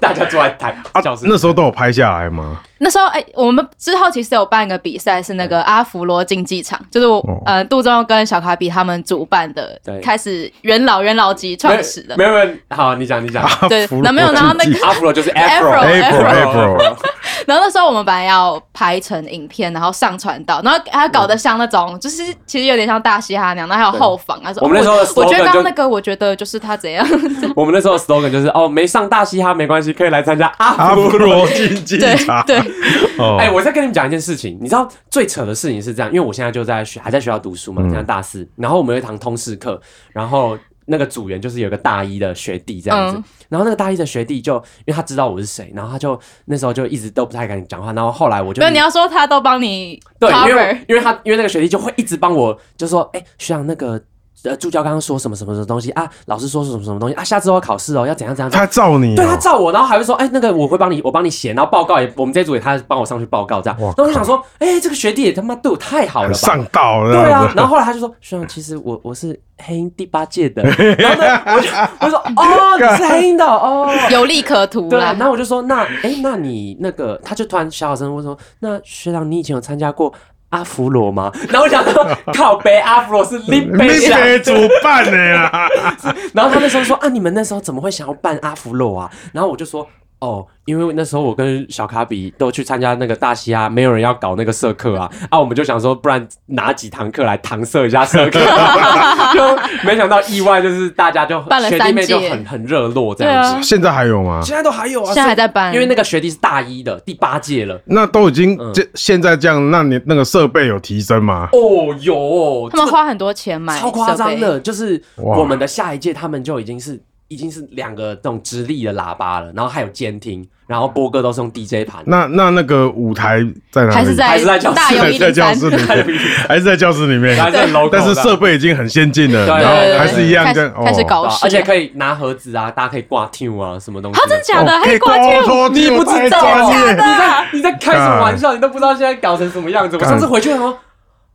[SPEAKER 7] 大家坐在台
[SPEAKER 2] 啊
[SPEAKER 7] 教室，
[SPEAKER 2] 那时候都有拍下来吗？
[SPEAKER 3] 那时候哎、我们之后其实有办一个比赛，是那个阿芙罗竞技场，就是我、
[SPEAKER 2] 哦
[SPEAKER 3] 呃杜仲跟小卡比他们主办的
[SPEAKER 7] 对，
[SPEAKER 3] 开始元老元老级创始的
[SPEAKER 7] 没，有没有，好，你讲你讲，
[SPEAKER 3] 对
[SPEAKER 2] 福禄
[SPEAKER 3] 那没有然后那个
[SPEAKER 2] 经济
[SPEAKER 7] 阿弗罗就是
[SPEAKER 2] 哦
[SPEAKER 3] Afro，
[SPEAKER 7] Afro，
[SPEAKER 2] Afro，
[SPEAKER 3] [LAUGHS] 然后那时候我们本来要拍成影片，然后上传到，然后还搞得像那种，就是其实有点像大嘻哈那样，然后还有后访啊什么。
[SPEAKER 7] 嗯我们那时候的
[SPEAKER 3] 我我觉
[SPEAKER 7] slogan
[SPEAKER 3] 得刚
[SPEAKER 7] 就
[SPEAKER 3] 刚那个，我觉得就是他怎样，
[SPEAKER 7] 我们那时候的 slogan 就是哦，没上大嘻哈没关系，可以来参加阿
[SPEAKER 3] 啊
[SPEAKER 2] 阿
[SPEAKER 7] 弗
[SPEAKER 2] 波 [LAUGHS]
[SPEAKER 7] 罗。
[SPEAKER 2] 罗竞技
[SPEAKER 3] 对
[SPEAKER 2] 场，
[SPEAKER 3] 对，
[SPEAKER 2] 哦，
[SPEAKER 7] 哎、我再跟你们讲一件事情，你知道最扯的事情是这样，因为我现在就在学，还在学校读书
[SPEAKER 3] 嗯
[SPEAKER 7] 嘛，现在大四，然后我们有一堂通识课，然后那个组员就是有个大一的学弟这样子，
[SPEAKER 3] 嗯
[SPEAKER 7] 然后那个大一的学弟就因为他知道我是谁，然后他就那时候就一直都不太敢讲话，然后后来我就
[SPEAKER 3] 没有你要说他都帮你
[SPEAKER 7] 对，因为我
[SPEAKER 3] cover，
[SPEAKER 7] 因为他因为那个学弟就会一直帮我，就说哎、学长那个。呃，助教刚刚说什么什么什么东西啊？老师说什么什么东西啊？下次我要考试哦，要怎样怎样？怎样
[SPEAKER 2] 他照你、哦，
[SPEAKER 7] 对他照我，然后还会说，哎、那个我会帮你，我帮你写，然后报告也，我们这一组也他帮我上去报告这样。
[SPEAKER 2] 哇
[SPEAKER 7] 然后我就想说，哎、这个学弟也他妈对我太好了
[SPEAKER 2] 很
[SPEAKER 7] 吧？
[SPEAKER 2] 上道了，
[SPEAKER 7] 对
[SPEAKER 2] 这样
[SPEAKER 7] 啊
[SPEAKER 2] 子，
[SPEAKER 7] 然后后来他就说，学长，其实我我是黑鹰第八届的，然后呢，我就我就说，
[SPEAKER 2] [LAUGHS]
[SPEAKER 7] 哦，你是黑鹰的哦。
[SPEAKER 3] 有利可图
[SPEAKER 7] 对啊，
[SPEAKER 3] 啦
[SPEAKER 7] 然。后我就说，那哎、那你那个，他就突然小小声问说，那学长，你以前有参加过阿芙罗吗？ [LAUGHS] 然后我想说，靠北阿芙罗
[SPEAKER 3] [LAUGHS]
[SPEAKER 7] 是林
[SPEAKER 2] 你
[SPEAKER 7] 北想
[SPEAKER 2] 得主办的
[SPEAKER 7] 啊
[SPEAKER 2] 呀，
[SPEAKER 7] 然后他那时候说啊，你们那时候怎么会想要办阿芙洛啊？然后我就说哦，因为那时候我跟小卡比都去参加那个大西啊，没有人要搞那个社课啊，啊，我们就想说，不然拿几堂课来搪塞一下
[SPEAKER 3] [LAUGHS]
[SPEAKER 7] 社课，就没想到意外就是大家就
[SPEAKER 3] 办了
[SPEAKER 7] 学
[SPEAKER 3] 三
[SPEAKER 7] 弟妹就
[SPEAKER 3] 届
[SPEAKER 7] 很很热络这
[SPEAKER 3] 对
[SPEAKER 7] 样子。
[SPEAKER 3] 啊，
[SPEAKER 2] [LAUGHS] 现在还有吗？
[SPEAKER 7] 现在都还有啊，
[SPEAKER 3] 现在还在办
[SPEAKER 7] 所以因为那个学弟是大一的第八届了。
[SPEAKER 2] 那都已经
[SPEAKER 7] 嗯
[SPEAKER 2] 这、现在这样，那你那个设备有提升吗？
[SPEAKER 7] 哦，有哦
[SPEAKER 3] 他们花很多钱买
[SPEAKER 7] 超夸张
[SPEAKER 3] 设备，
[SPEAKER 7] 的，就是
[SPEAKER 2] 哇
[SPEAKER 7] 我们的下一届，他们就已经是已经是两个这种直立的喇叭了，然后还有监听，然后播歌都是用 DJ 盘，
[SPEAKER 2] 那那那个舞台在哪里？
[SPEAKER 3] 还是在
[SPEAKER 7] 还是在教室
[SPEAKER 3] 大有
[SPEAKER 2] 还
[SPEAKER 3] 一
[SPEAKER 2] 是在
[SPEAKER 3] 零
[SPEAKER 2] 教
[SPEAKER 3] 三，
[SPEAKER 2] 室里面，还是在教室里面，
[SPEAKER 7] 还是很 local 的啊
[SPEAKER 2] 但是设备已经很先进了，
[SPEAKER 7] 对
[SPEAKER 2] 然
[SPEAKER 7] 对对
[SPEAKER 2] 后还是一样
[SPEAKER 3] 开
[SPEAKER 2] 这
[SPEAKER 3] 始
[SPEAKER 2] 样，
[SPEAKER 3] 开始
[SPEAKER 2] 哦。
[SPEAKER 3] 搞
[SPEAKER 7] 对啊
[SPEAKER 3] 事，
[SPEAKER 7] 而且可以拿盒子啊，大家可以挂 tune 啊，什么东西？
[SPEAKER 3] 啊，真的假的？
[SPEAKER 2] 哦
[SPEAKER 3] 还挂
[SPEAKER 2] 可以
[SPEAKER 3] 件
[SPEAKER 2] 挂拖地
[SPEAKER 7] 你不知道
[SPEAKER 2] 我太
[SPEAKER 7] 啊？
[SPEAKER 2] 专业
[SPEAKER 7] 你在你在开什么玩笑？你都不知道现在搞成什么样子。我上次回去说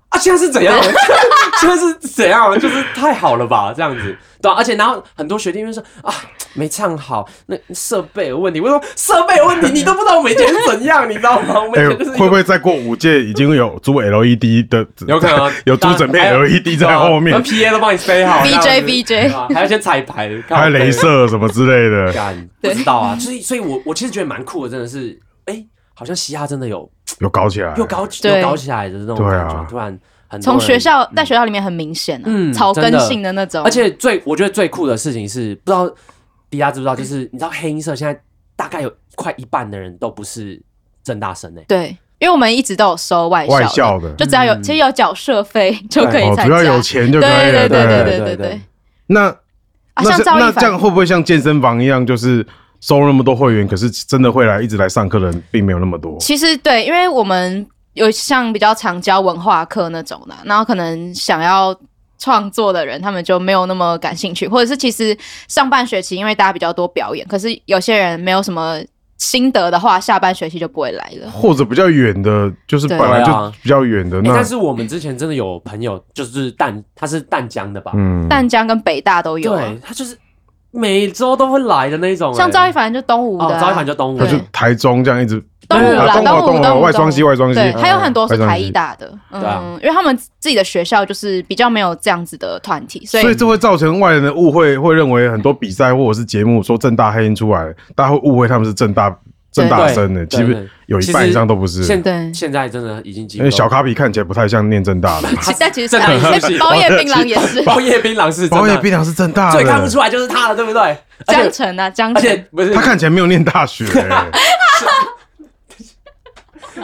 [SPEAKER 7] 啊，现在是怎样？
[SPEAKER 2] [LAUGHS]
[SPEAKER 7] 现在是怎样了？就是太好了吧，这样子对啊、而且然后很多学弟妹说啊，没唱好，那设备有问题。我说设备有问题，你都不知道我们以前是怎样，你知道吗？我们
[SPEAKER 2] 哎、
[SPEAKER 7] 以
[SPEAKER 3] [LAUGHS]
[SPEAKER 7] 前就是一个
[SPEAKER 2] 会不会再过五届已经有租 LED 的？
[SPEAKER 7] 有可能
[SPEAKER 2] [LAUGHS]
[SPEAKER 7] 啊呃
[SPEAKER 2] 有租整片
[SPEAKER 7] 当然还有
[SPEAKER 2] LED
[SPEAKER 3] 啊
[SPEAKER 2] 在后面
[SPEAKER 7] 然后，PA 都帮你塞好
[SPEAKER 3] VJ
[SPEAKER 7] 这样子
[SPEAKER 3] VJ
[SPEAKER 7] 对啊还有一些彩排，
[SPEAKER 3] 啊
[SPEAKER 7] 靠
[SPEAKER 2] 还有镭
[SPEAKER 7] 背
[SPEAKER 2] 射什么之类
[SPEAKER 3] [LAUGHS]
[SPEAKER 2] 的，
[SPEAKER 7] 干，不知道啊。所以，所以我我其实觉得蛮酷的，真的是，哎、好像嘻哈真的有
[SPEAKER 2] 有搞起来，
[SPEAKER 7] 又搞起
[SPEAKER 3] 对
[SPEAKER 7] 又搞起来的那种
[SPEAKER 2] 对
[SPEAKER 7] 感
[SPEAKER 2] 啊
[SPEAKER 7] 觉，突然很多
[SPEAKER 3] 从
[SPEAKER 7] 人
[SPEAKER 3] 学校
[SPEAKER 2] 嗯
[SPEAKER 3] 在学校里面很明显啊，
[SPEAKER 7] 嗯
[SPEAKER 3] 草根
[SPEAKER 7] 真的
[SPEAKER 3] 性的那种，
[SPEAKER 7] 而且最我觉得最酷的事情是，不知道迪亚知不知道，就是你知道黑音社现在大概有快一半的人都不是正大生欸诶、
[SPEAKER 3] 对，因为我们一直都有收外校
[SPEAKER 2] 外校的
[SPEAKER 3] 就只要有、
[SPEAKER 7] 嗯
[SPEAKER 3] 其实有缴社费就可以
[SPEAKER 2] 哦，
[SPEAKER 3] 参加，
[SPEAKER 2] 只要有钱就可以
[SPEAKER 3] 对
[SPEAKER 2] 了。
[SPEAKER 3] 对
[SPEAKER 7] 对
[SPEAKER 3] 对对
[SPEAKER 7] 对
[SPEAKER 3] 对。
[SPEAKER 2] 那
[SPEAKER 3] 啊，
[SPEAKER 2] 那
[SPEAKER 3] 像
[SPEAKER 2] 是
[SPEAKER 3] 赵
[SPEAKER 2] 那
[SPEAKER 3] 一
[SPEAKER 2] 这样
[SPEAKER 3] 凡，
[SPEAKER 2] 会不会像健身房一样，就是收那么多会员，可是真的会来一直来上课的人并没有那么多？
[SPEAKER 3] 其实对，因为我们有像比较常教文化课那种的，然后可能想要。创作的人，他们就没有那么感兴趣，或者是其实上半学期因为大家比较多表演，可是有些人没有什么心得的话，下半学期就不会来了。
[SPEAKER 2] 或者比较远的，就是
[SPEAKER 3] 对
[SPEAKER 2] 本来
[SPEAKER 7] 对
[SPEAKER 2] 就
[SPEAKER 7] 啊
[SPEAKER 2] 比较远的
[SPEAKER 7] 欸
[SPEAKER 2] 那
[SPEAKER 7] 但，是我们之前真的有朋友，就是淡，他是淡江的吧？
[SPEAKER 2] 嗯，
[SPEAKER 3] 淡江跟北大都有啊、
[SPEAKER 7] 对，他就是每周都会来的那一种欸、
[SPEAKER 3] 像赵一凡就东吴的、
[SPEAKER 7] 哦
[SPEAKER 3] 啊，
[SPEAKER 7] 赵一凡就东吴
[SPEAKER 2] 他
[SPEAKER 3] 对
[SPEAKER 2] 就台中这样一直
[SPEAKER 3] 东吴啦
[SPEAKER 2] 啊东
[SPEAKER 3] 东吴
[SPEAKER 2] 华
[SPEAKER 3] 东
[SPEAKER 2] 华
[SPEAKER 3] 吴
[SPEAKER 2] 外双溪
[SPEAKER 3] 东吴
[SPEAKER 2] 外双溪，
[SPEAKER 3] 对，还有很多是
[SPEAKER 2] 外双溪
[SPEAKER 3] 台艺大的，
[SPEAKER 7] 嗯对啊
[SPEAKER 3] 嗯，因为他们自己的学校就是比较没有这样子的团体，所以
[SPEAKER 2] 所以这会造成外人的误会，会认为很多比赛或者是节目说正大黑音出来，大家会误会他们是正大正大生的，
[SPEAKER 7] 对
[SPEAKER 2] 其
[SPEAKER 7] 对
[SPEAKER 2] 实有一半
[SPEAKER 7] 其实
[SPEAKER 2] 以上都不是。
[SPEAKER 7] 现
[SPEAKER 3] 对
[SPEAKER 7] 现在真的已经几
[SPEAKER 2] 因
[SPEAKER 7] 乎
[SPEAKER 2] 为
[SPEAKER 7] 都
[SPEAKER 2] 小卡比看起来不太像念正
[SPEAKER 7] [LAUGHS]
[SPEAKER 2] 大的，
[SPEAKER 3] 其但其实是
[SPEAKER 7] 正大
[SPEAKER 3] 哎
[SPEAKER 7] 是
[SPEAKER 3] 包夜槟榔也是
[SPEAKER 7] 包夜槟榔是真的
[SPEAKER 2] 保野冰良是正大的，
[SPEAKER 7] 最看不出来就是他了，对不对？ [LAUGHS] 而
[SPEAKER 3] 江
[SPEAKER 7] 且
[SPEAKER 3] 城啊，江
[SPEAKER 7] 而且
[SPEAKER 3] 城
[SPEAKER 7] 不是
[SPEAKER 2] 他看起来没有念大
[SPEAKER 7] [LAUGHS]
[SPEAKER 2] 学、欸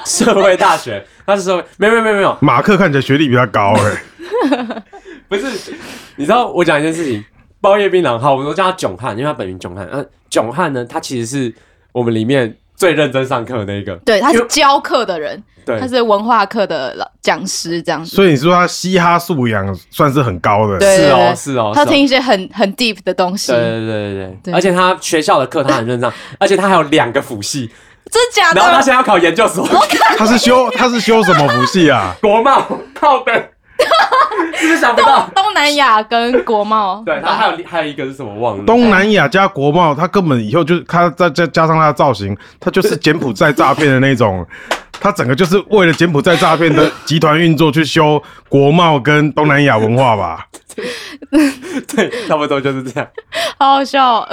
[SPEAKER 7] 社会大学，他是社会，没有没有没有没有，
[SPEAKER 2] 马克看起来学历比他高哎、
[SPEAKER 7] [LAUGHS]
[SPEAKER 2] 欸
[SPEAKER 7] 不是，你知道我讲一件事情，包夜槟榔，好，我们都叫他囧汉，因为他本名囧汉。那囧汉呢，他其实是我们里面最认真上课的那一个，
[SPEAKER 3] 对，他是教课的人，
[SPEAKER 7] 对
[SPEAKER 3] 他，是文化课的老讲师这样子，
[SPEAKER 2] 所以你说他嘻哈素养算是很高的，
[SPEAKER 3] 对
[SPEAKER 7] 是
[SPEAKER 3] 对
[SPEAKER 7] 哦
[SPEAKER 3] 对
[SPEAKER 7] 是哦，
[SPEAKER 3] 他
[SPEAKER 7] 是哦
[SPEAKER 3] 听一些很很 deep 的东西
[SPEAKER 7] 对，对对对
[SPEAKER 3] 对
[SPEAKER 7] 对，而且他学校的课他很认真上，而且他还有两个辅系，
[SPEAKER 3] 真假
[SPEAKER 7] 然后他
[SPEAKER 3] 的？
[SPEAKER 7] 现在要考研究所，
[SPEAKER 3] 哦
[SPEAKER 2] 他是修他是修什么福系啊？
[SPEAKER 7] 国贸靠的， [LAUGHS] 是不是想不
[SPEAKER 3] [LAUGHS]
[SPEAKER 7] 到？
[SPEAKER 3] 东南亚跟国贸，
[SPEAKER 7] [LAUGHS] 对，然后还有还有一个是什么忘了？
[SPEAKER 2] 东南亚加国贸，他根本以后就是他再再加上他的造型，他就是柬埔寨诈骗的那种，他整个就是为了柬埔寨诈骗的集团运作去修国贸跟东南亚文化吧。
[SPEAKER 7] 对，差不多就是这样。
[SPEAKER 3] [LAUGHS] 好好笑哦，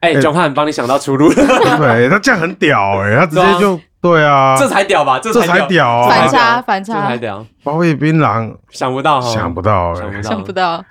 [SPEAKER 7] 哎，囧汉帮你想到出路了，
[SPEAKER 2] 对，他这样很屌哎、他直接就对啊，
[SPEAKER 7] 这才屌吧？这
[SPEAKER 2] 这才屌啊
[SPEAKER 3] 反差反
[SPEAKER 7] 这才
[SPEAKER 3] 差，
[SPEAKER 7] 屌，
[SPEAKER 2] 包夜槟榔
[SPEAKER 7] 想不到哈，
[SPEAKER 2] 想不到哎、
[SPEAKER 7] 哦想不到，
[SPEAKER 3] 想不到。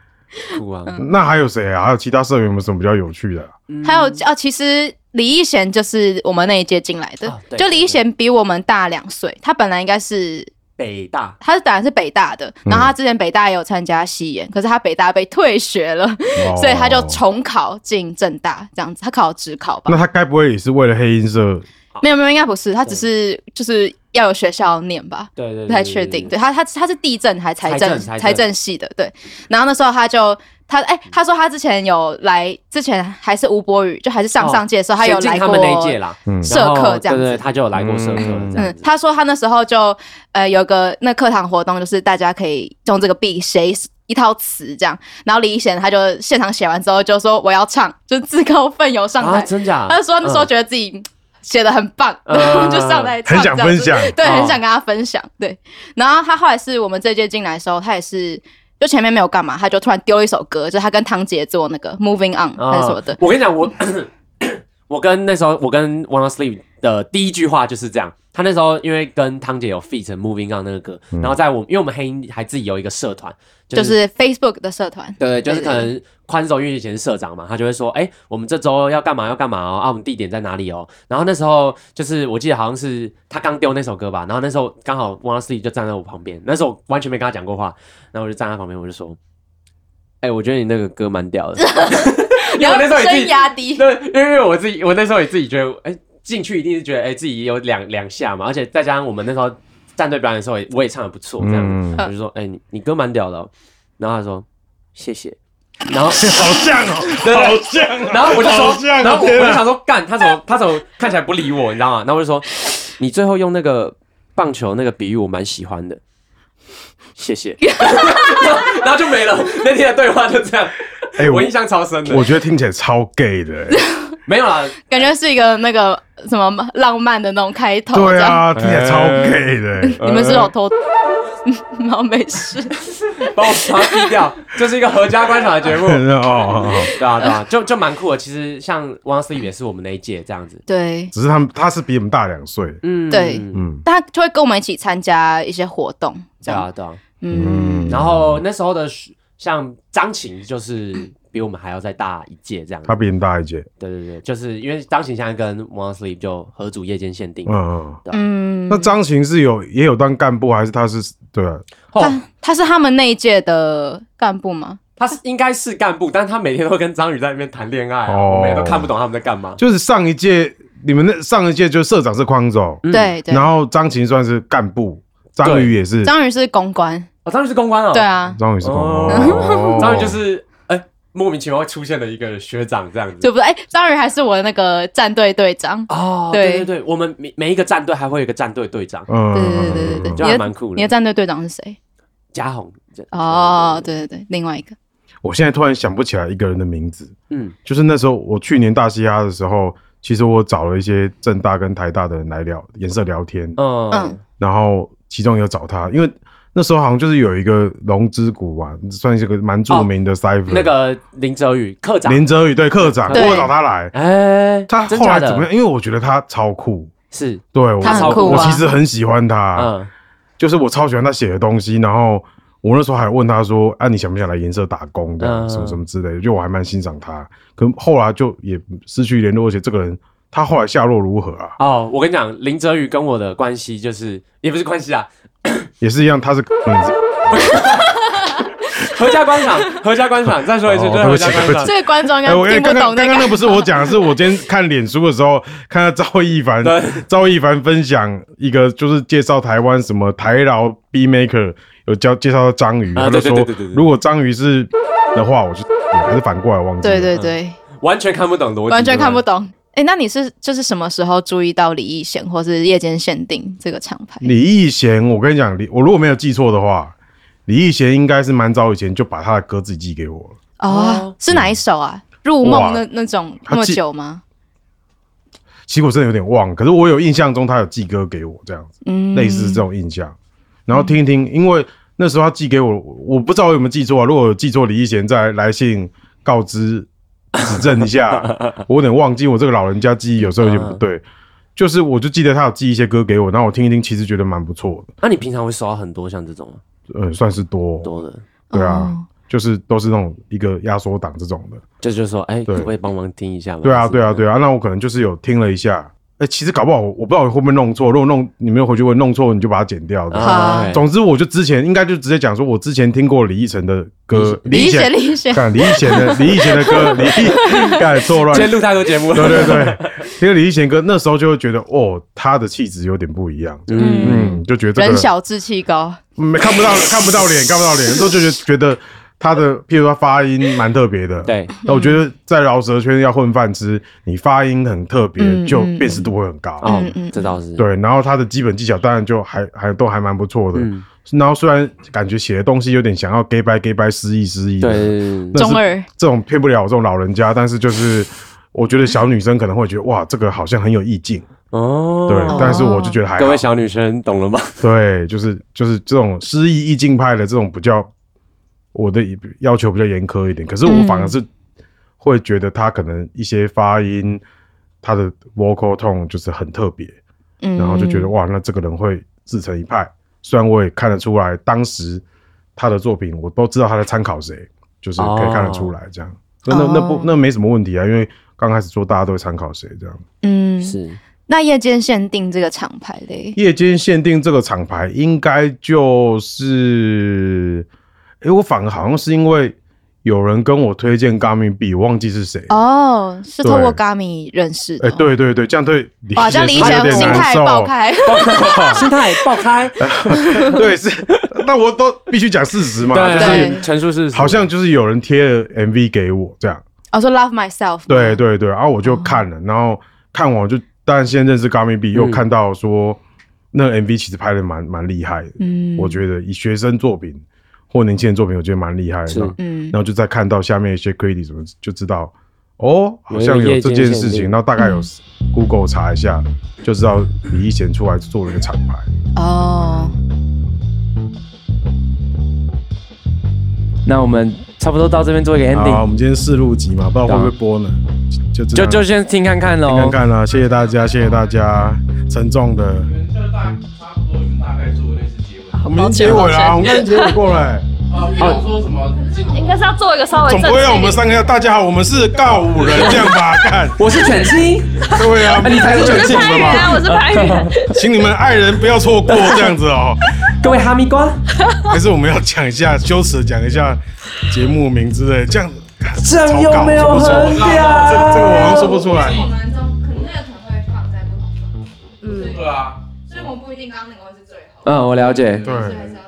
[SPEAKER 7] 酷啊！
[SPEAKER 2] 那还有谁啊？还有其他社员有没有什么比较有趣的
[SPEAKER 7] [LAUGHS]
[SPEAKER 2] 啊、
[SPEAKER 7] 嗯
[SPEAKER 3] 还有啊，其实李义贤就是我们那一届进来的，
[SPEAKER 7] 啊对
[SPEAKER 3] 就李义贤比我们大两岁，他本来应该是。
[SPEAKER 7] 北大，
[SPEAKER 3] 他是当然是北大的，
[SPEAKER 7] 嗯
[SPEAKER 3] 然后他之前北大也有参加戏演，可是他北大被退学了，
[SPEAKER 2] 哦
[SPEAKER 3] 所以他就重考进正大这样子。他考职考吧
[SPEAKER 2] 哦那？他该不会也是为了黑音社？
[SPEAKER 3] 没有没有，应该不是，他只是就是要有学校念吧。
[SPEAKER 7] 对对，
[SPEAKER 3] 不太确定，对他，他他是地震还财
[SPEAKER 7] 财
[SPEAKER 3] 政
[SPEAKER 7] 政财政
[SPEAKER 3] 财政系的，对。然后那时候他就他哎、他说他之前有来，之前还是吴博宇，就还是上上届的时候，他有来
[SPEAKER 7] 哦他
[SPEAKER 3] 过
[SPEAKER 7] 们那一届啦，
[SPEAKER 2] 嗯
[SPEAKER 3] 社课这样子
[SPEAKER 7] 然后对对，他就有来过社课这样
[SPEAKER 3] 嗯，
[SPEAKER 7] 子。
[SPEAKER 3] 他说他那时候就呃有个那课堂活动，就是大家可以用这个币写一套词这样，然后李一贤他就现场写完之后就说我要唱，就自告奋勇上
[SPEAKER 7] 啊，
[SPEAKER 3] 台，
[SPEAKER 7] 真假？
[SPEAKER 3] 他就说那时候觉得自己嗯写的很棒，
[SPEAKER 7] 嗯
[SPEAKER 3] 然 [LAUGHS] 后就上台唱
[SPEAKER 2] 很想
[SPEAKER 3] 这样子
[SPEAKER 2] 分享
[SPEAKER 3] 对，
[SPEAKER 7] 哦
[SPEAKER 3] 很想跟他分享，对。然后他后来是我们这届进来的时候，他也是。就前面没有干嘛，他就突然丢了一首歌，就是他跟堂姐做那个《Moving On》
[SPEAKER 7] 嗯
[SPEAKER 3] 还是什么的，
[SPEAKER 7] 我跟你讲，我 [COUGHS] 我跟那时候我跟 Wanna Sleep 的第一句话就是这样。他那时候因为跟汤姐有 feat Moving On 那个歌，
[SPEAKER 2] 嗯
[SPEAKER 7] 然后在我因为我们黑鹰还自己有一个社团，
[SPEAKER 3] 就是 Facebook 的社团。
[SPEAKER 7] 对，就是
[SPEAKER 3] 对
[SPEAKER 7] 可能宽手玉以前是社长嘛，他就会说，哎、我们这周要干嘛要干嘛哦，啊，我们地点在哪里哦。然后那时候就是我记得好像是他刚丢那首歌吧，然后那时候刚好 One Sleep 就站在我旁边，那时候我完全没跟他讲过话，然后我就站在他旁边，我就说，哎、我觉得你那个歌蛮屌
[SPEAKER 3] [LAUGHS]
[SPEAKER 7] 的，
[SPEAKER 3] 然后
[SPEAKER 7] 因为我那时候也自
[SPEAKER 3] 声
[SPEAKER 7] 己
[SPEAKER 3] 压低，
[SPEAKER 7] 对，因为我自己我那时候也自己觉得，哎、进去一定是觉得，哎、自己有两两下嘛，而且再加上我们那时候战队表演的时候也，我也唱的不错，这样子，
[SPEAKER 2] 嗯
[SPEAKER 7] 我就说，哎、你你歌蛮屌的、哦，然后他说谢谢。 [LAUGHS] 然后，
[SPEAKER 2] 好像
[SPEAKER 7] 啊
[SPEAKER 2] 哦，
[SPEAKER 7] 对
[SPEAKER 2] 好像 [LAUGHS] 哦，
[SPEAKER 7] 然后我就
[SPEAKER 2] 好
[SPEAKER 7] 说，
[SPEAKER 2] 像哦
[SPEAKER 7] 然后我我
[SPEAKER 2] 天
[SPEAKER 7] 就
[SPEAKER 2] 哪
[SPEAKER 7] 想说，干他怎么他怎么看起来不理我，你知道吗？然后我就说，你最后用那个棒球那个比喻，我蛮喜欢的，谢谢。 [LAUGHS] 然后然后就没了，那天的对话就这样，
[SPEAKER 2] 哎、我
[SPEAKER 7] 我印象超深的
[SPEAKER 2] 我。觉得听起来超 gay 的、欸。
[SPEAKER 3] [LAUGHS]
[SPEAKER 7] 没有啦，
[SPEAKER 3] 感觉是一个那个什么浪漫的那种开头。这
[SPEAKER 2] 对啊
[SPEAKER 3] 样，
[SPEAKER 2] 啊，听起来超 gay 的、欸。
[SPEAKER 3] 你们是有偷 [LAUGHS] 然后没事，
[SPEAKER 7] 把我擦低掉，这是一个合家观赏的节目。
[SPEAKER 3] 哎
[SPEAKER 2] [LAUGHS] 哦哦，哦
[SPEAKER 7] 对啊，对啊，就就蛮酷的。其实像汪思雨也是我们那一届这样子，
[SPEAKER 3] 对。
[SPEAKER 2] 只是他们他是比我们大两岁，
[SPEAKER 7] 嗯，
[SPEAKER 3] 对
[SPEAKER 2] 嗯，
[SPEAKER 3] 但他就会跟我们一起参加一些活动，这
[SPEAKER 7] 对
[SPEAKER 3] 样，
[SPEAKER 7] 啊，对啊。
[SPEAKER 3] 嗯，
[SPEAKER 7] 然后那时候的像张琴就是比我们还要再大一届这样子
[SPEAKER 2] 他，比我们大一届，
[SPEAKER 7] 对对对，就是因为张琴现在跟汪思雨就合组夜间限定
[SPEAKER 2] 嗯，嗯。
[SPEAKER 3] 嗯，
[SPEAKER 2] 那张琴是有也有当干部，还是他是对啊？
[SPEAKER 7] 哦，
[SPEAKER 3] 他是他们那一届的干部吗？
[SPEAKER 7] 他是应该是干部，但是他每天都跟张宇在那边谈恋爱啊，
[SPEAKER 2] 哦
[SPEAKER 7] 我们也都看不懂他们在干嘛。
[SPEAKER 2] 就是上一届你们那上一届就社长是匡总，
[SPEAKER 7] 嗯
[SPEAKER 3] 对对，
[SPEAKER 2] 然后张琴算是干部，张宇也是，
[SPEAKER 3] 章鱼是公关，
[SPEAKER 7] 哦，张宇是公关哦，
[SPEAKER 3] 对，啊，
[SPEAKER 2] 张宇是干
[SPEAKER 7] 哦
[SPEAKER 2] 部，
[SPEAKER 7] 张宇就是哎、莫名其妙会出现的一个学长这样子。
[SPEAKER 3] 对不对？哎，章鱼还是我那个战队队长，
[SPEAKER 7] 哦，对
[SPEAKER 3] 对
[SPEAKER 7] 对对，我们每每一个战队还会有一个战队队长，
[SPEAKER 2] 嗯，
[SPEAKER 3] 对
[SPEAKER 2] 嗯
[SPEAKER 3] 对对对
[SPEAKER 2] 嗯嗯嗯
[SPEAKER 3] 对
[SPEAKER 7] 就
[SPEAKER 3] 你
[SPEAKER 7] 还
[SPEAKER 3] 的
[SPEAKER 7] 蛮酷
[SPEAKER 3] 你
[SPEAKER 7] 的
[SPEAKER 3] 的。战队队长是谁？
[SPEAKER 7] 嘉宏，
[SPEAKER 3] 哦，对对对，另外一个，
[SPEAKER 2] 我现在突然想不起来一个人的名字，
[SPEAKER 7] 嗯，
[SPEAKER 2] 就是那时候我去年大嘻哈的时候，其实我找了一些正大跟台大的人来聊颜色聊天，
[SPEAKER 7] 嗯
[SPEAKER 3] 嗯
[SPEAKER 2] 然后其中有找他，因为那时候好像就是有一个龙之谷吧，算是个蛮著名的 cipher，、
[SPEAKER 7] 哦那个林哲宇科长，
[SPEAKER 2] 林哲宇对科长，我
[SPEAKER 3] 对
[SPEAKER 2] 有找他来，
[SPEAKER 7] 哎，
[SPEAKER 2] 他
[SPEAKER 7] 真
[SPEAKER 2] 后
[SPEAKER 7] 假
[SPEAKER 2] 来
[SPEAKER 7] 的
[SPEAKER 2] 怎么样？因为我觉得他超酷，
[SPEAKER 7] 是，
[SPEAKER 2] 对我
[SPEAKER 3] 他
[SPEAKER 7] 很酷啊
[SPEAKER 2] 我其实很喜欢他，
[SPEAKER 7] 嗯，
[SPEAKER 2] 就是我超喜欢他写的东西，然后。我那时候还问他说：“啊，你想不想来颜色打工这样
[SPEAKER 7] 嗯
[SPEAKER 2] 什么什么之类的？”就我还蛮欣赏他，可后来就也失去联络，而且这个人他后来下落如何啊？
[SPEAKER 7] 哦，我跟你讲，林哲宇跟我的关系就是也不是关系啊， [LAUGHS]
[SPEAKER 2] 也是一样，他是
[SPEAKER 7] 合家观
[SPEAKER 2] [LAUGHS]
[SPEAKER 7] 赏，合家观赏，再说一次，
[SPEAKER 2] 哦
[SPEAKER 7] 就是
[SPEAKER 2] 对
[SPEAKER 7] 合
[SPEAKER 2] 不起
[SPEAKER 7] 家观
[SPEAKER 2] 对不
[SPEAKER 7] 赏
[SPEAKER 2] 起。
[SPEAKER 3] 这个观众应
[SPEAKER 2] 哎，我
[SPEAKER 3] 该听不
[SPEAKER 2] 刚
[SPEAKER 3] 懂
[SPEAKER 2] 刚
[SPEAKER 3] 那
[SPEAKER 2] 刚
[SPEAKER 3] 个
[SPEAKER 2] 刚那不是我讲的，是我今天看脸书的时候，看到赵一凡
[SPEAKER 7] 对，
[SPEAKER 2] 赵一凡分享一个就是介绍台湾什么台劳 B Maker 有教介绍到章鱼，
[SPEAKER 7] 啊
[SPEAKER 2] 他就
[SPEAKER 7] 对对
[SPEAKER 2] 说
[SPEAKER 7] 对对对对
[SPEAKER 2] 如果章鱼是的话，我就还是反过来忘记了。
[SPEAKER 3] 对对对，
[SPEAKER 7] 完全看不懂逻辑，
[SPEAKER 3] 完全看不
[SPEAKER 7] 懂。
[SPEAKER 3] 懂。哎，那你是就是什么时候注意到李易贤或是夜间限定这个厂牌？
[SPEAKER 2] 李易贤，我跟你讲，李我如果没有记错的话，李易贤应该是蛮早以前就把他的歌自己寄给我了。
[SPEAKER 3] 哦
[SPEAKER 7] 哦，
[SPEAKER 3] 是哪一首啊？入梦那
[SPEAKER 2] 哇
[SPEAKER 3] 那种
[SPEAKER 2] 他
[SPEAKER 3] 那么
[SPEAKER 2] 记
[SPEAKER 3] 久吗？
[SPEAKER 2] 其实我真的有点忘，可是我有印象中他有寄歌给我这样子，
[SPEAKER 3] 嗯
[SPEAKER 2] 类似这种印象。然后听一听，因为那时候他寄给我，我不知道我有没有记错、啊。如果有记错，李易贤再来信告知指正一下。我有点忘记，我这个老人家记忆有时候有点不对。就是我就记得他有寄一些歌给我，然后我听一听，其实觉得蛮不错
[SPEAKER 7] 那你平常会收到很多像这种吗
[SPEAKER 2] 的，呃，算是多，
[SPEAKER 7] 多的，
[SPEAKER 2] 对啊，
[SPEAKER 3] 哦
[SPEAKER 2] 就是都是那种一个压缩档这种的。
[SPEAKER 7] 就就说，哎，
[SPEAKER 2] 对
[SPEAKER 7] 可不可以帮忙听一下吗？
[SPEAKER 2] 对啊，
[SPEAKER 7] 还是
[SPEAKER 2] 对啊，对啊。那我可能就是有听了一下，哎、其实搞不好我我不知道我会不会弄错。如果弄你没有回去问弄错，你就把它剪掉。
[SPEAKER 7] 啊
[SPEAKER 3] 好
[SPEAKER 7] ，OK
[SPEAKER 2] 总之，我就之前应该就直接讲说，我之前听过李易晨的歌，
[SPEAKER 3] 李易
[SPEAKER 2] 贤
[SPEAKER 3] 贤，，李易贤，
[SPEAKER 2] 看李易贤的李易贤的 [LAUGHS] 歌，李易干错乱
[SPEAKER 7] 今。天录太多节目了，
[SPEAKER 2] 对对对，听了李易贤歌，那时候就会觉得，哦，他的气质有点不一样，
[SPEAKER 3] 嗯，
[SPEAKER 2] 嗯，就觉得这个
[SPEAKER 3] 人小志气高，
[SPEAKER 2] 没看不到看不到脸，看不到脸，都就觉得觉得他的，譬如说发音蛮特别的，
[SPEAKER 7] 对，
[SPEAKER 2] 那我觉得在饶舌圈要混饭吃，你发音很特别，
[SPEAKER 3] 嗯
[SPEAKER 2] 就
[SPEAKER 3] 嗯
[SPEAKER 2] 辨识度会很高。
[SPEAKER 7] 哦
[SPEAKER 3] 嗯嗯，
[SPEAKER 7] 这倒是，
[SPEAKER 2] 对，然后他的基本技巧当然就还还都还蛮不错的。
[SPEAKER 7] 嗯
[SPEAKER 2] 然后虽然感觉写的东西有点想要 gay by gay by 失意失意
[SPEAKER 7] 对
[SPEAKER 2] 的，
[SPEAKER 7] 对，对
[SPEAKER 2] 那是
[SPEAKER 3] 中二
[SPEAKER 2] 这种骗不了我这种老人家，但是就是我觉得小女生可能会觉得哇，这个好像很有意境，
[SPEAKER 7] 哦，
[SPEAKER 2] 对，但是我就觉得还好
[SPEAKER 7] 各位小女生懂了吗？
[SPEAKER 2] 对，就是就是这种诗意意境派的这种比较，我的要求比较严苛一点。可是我反
[SPEAKER 3] 嗯
[SPEAKER 2] 而是会觉得他可能一些发音，他的 vocal tone 就是很特别，
[SPEAKER 3] 嗯，
[SPEAKER 2] 然后就觉得哇，那这个人会自成一派。虽然我也看得出来，当时他的作品我都知道他在参考谁，就是可以看得出来这样。那那那不
[SPEAKER 3] 哦
[SPEAKER 2] 那没什么问题啊，因为刚开始做大家都会参考谁这样。
[SPEAKER 3] 嗯，
[SPEAKER 7] 是， [LAUGHS]
[SPEAKER 3] 那夜间限定这个厂牌嘞，
[SPEAKER 2] 夜间限定这个厂牌应该就是，诶，我反而好像是因为有人跟我推荐 Gummy B，我忘记是谁。
[SPEAKER 3] 哦，是
[SPEAKER 2] 对
[SPEAKER 3] 透过 Gami 认识的
[SPEAKER 2] 哎、
[SPEAKER 3] 哦，
[SPEAKER 2] 对对对，这样对李
[SPEAKER 3] 哇，这样李易贤
[SPEAKER 2] 有点
[SPEAKER 3] 心
[SPEAKER 2] 难
[SPEAKER 3] 态
[SPEAKER 2] 受。
[SPEAKER 3] 爆开， [LAUGHS]
[SPEAKER 7] 心态爆
[SPEAKER 2] [LAUGHS]
[SPEAKER 7] 开，
[SPEAKER 2] 哎对，是， [LAUGHS] 但我都必须讲事实嘛，就
[SPEAKER 3] 对
[SPEAKER 2] 是
[SPEAKER 7] 对，陈述是
[SPEAKER 2] 好像就是有人贴了 MV 给我这样。
[SPEAKER 3] 我哦说 Love Myself，嘛
[SPEAKER 2] 对，对对，然后我就看
[SPEAKER 3] 哦
[SPEAKER 2] 了，然后看完我就，但先认识 Gummy B，又
[SPEAKER 7] 嗯
[SPEAKER 2] 看到说那 MV 其实拍的蛮蛮厉害的，
[SPEAKER 3] 嗯，
[SPEAKER 2] 我觉得以学生作品或年轻人作品，我觉得蛮厉害的。
[SPEAKER 7] 是
[SPEAKER 2] 然后
[SPEAKER 3] 嗯
[SPEAKER 2] 然后就再看到下面一些 critic 什么，就知道哦，好像
[SPEAKER 7] 有一个
[SPEAKER 2] 有
[SPEAKER 7] 夜
[SPEAKER 2] 这
[SPEAKER 7] 间
[SPEAKER 2] 件
[SPEAKER 7] 限
[SPEAKER 2] 事情。
[SPEAKER 7] 定
[SPEAKER 2] 然后大概有
[SPEAKER 3] 嗯
[SPEAKER 2] Google 查一下，就知道李易贤出来做了一个厂牌。
[SPEAKER 3] 哦，
[SPEAKER 8] 那我们差不多到这边做一个
[SPEAKER 2] 好，我
[SPEAKER 8] ending，
[SPEAKER 2] 们今天试录集嘛，不知道会不会播呢？就就
[SPEAKER 8] 就
[SPEAKER 2] 就
[SPEAKER 8] 就先听看看
[SPEAKER 2] 看
[SPEAKER 8] 喽。
[SPEAKER 2] 看
[SPEAKER 7] 哦
[SPEAKER 2] 啊！谢谢大家，谢谢大家，沉重的，
[SPEAKER 1] 你们这大差不多就大概做类似结尾。
[SPEAKER 2] 我们已经结尾了啊，我们刚才结尾过了欸，
[SPEAKER 1] 啊，比方说什么进
[SPEAKER 9] 应该是要做一个稍微
[SPEAKER 2] 总
[SPEAKER 9] 正
[SPEAKER 2] 不会让我
[SPEAKER 9] 经
[SPEAKER 2] 们
[SPEAKER 9] 一点。
[SPEAKER 2] 三个要大家好，我们是告五人这样吧？看，
[SPEAKER 7] 我是犬青，
[SPEAKER 2] 对啊，
[SPEAKER 7] 你才是
[SPEAKER 9] 我
[SPEAKER 7] 全
[SPEAKER 9] 是
[SPEAKER 7] 进
[SPEAKER 9] 拍
[SPEAKER 7] 的
[SPEAKER 9] 人啊，
[SPEAKER 7] 嘛。
[SPEAKER 9] 我是拍人。
[SPEAKER 2] 请你们爱人不要错过这样子哦。
[SPEAKER 7] 各位哈密瓜，
[SPEAKER 2] 还是我们要讲一下，羞耻地讲一下节目名之类，这样
[SPEAKER 7] 这样有没
[SPEAKER 2] 草稿
[SPEAKER 7] 有
[SPEAKER 2] 说
[SPEAKER 7] 很
[SPEAKER 2] 不出
[SPEAKER 7] 屌？
[SPEAKER 2] 这这个我好像说不出来。
[SPEAKER 3] 们中可能那个可能会放在不同，
[SPEAKER 9] 嗯，
[SPEAKER 1] 对啊，
[SPEAKER 3] 所以我们不一定刚刚那个会是最好，
[SPEAKER 8] 嗯，我了解。
[SPEAKER 2] 对，
[SPEAKER 3] 还是要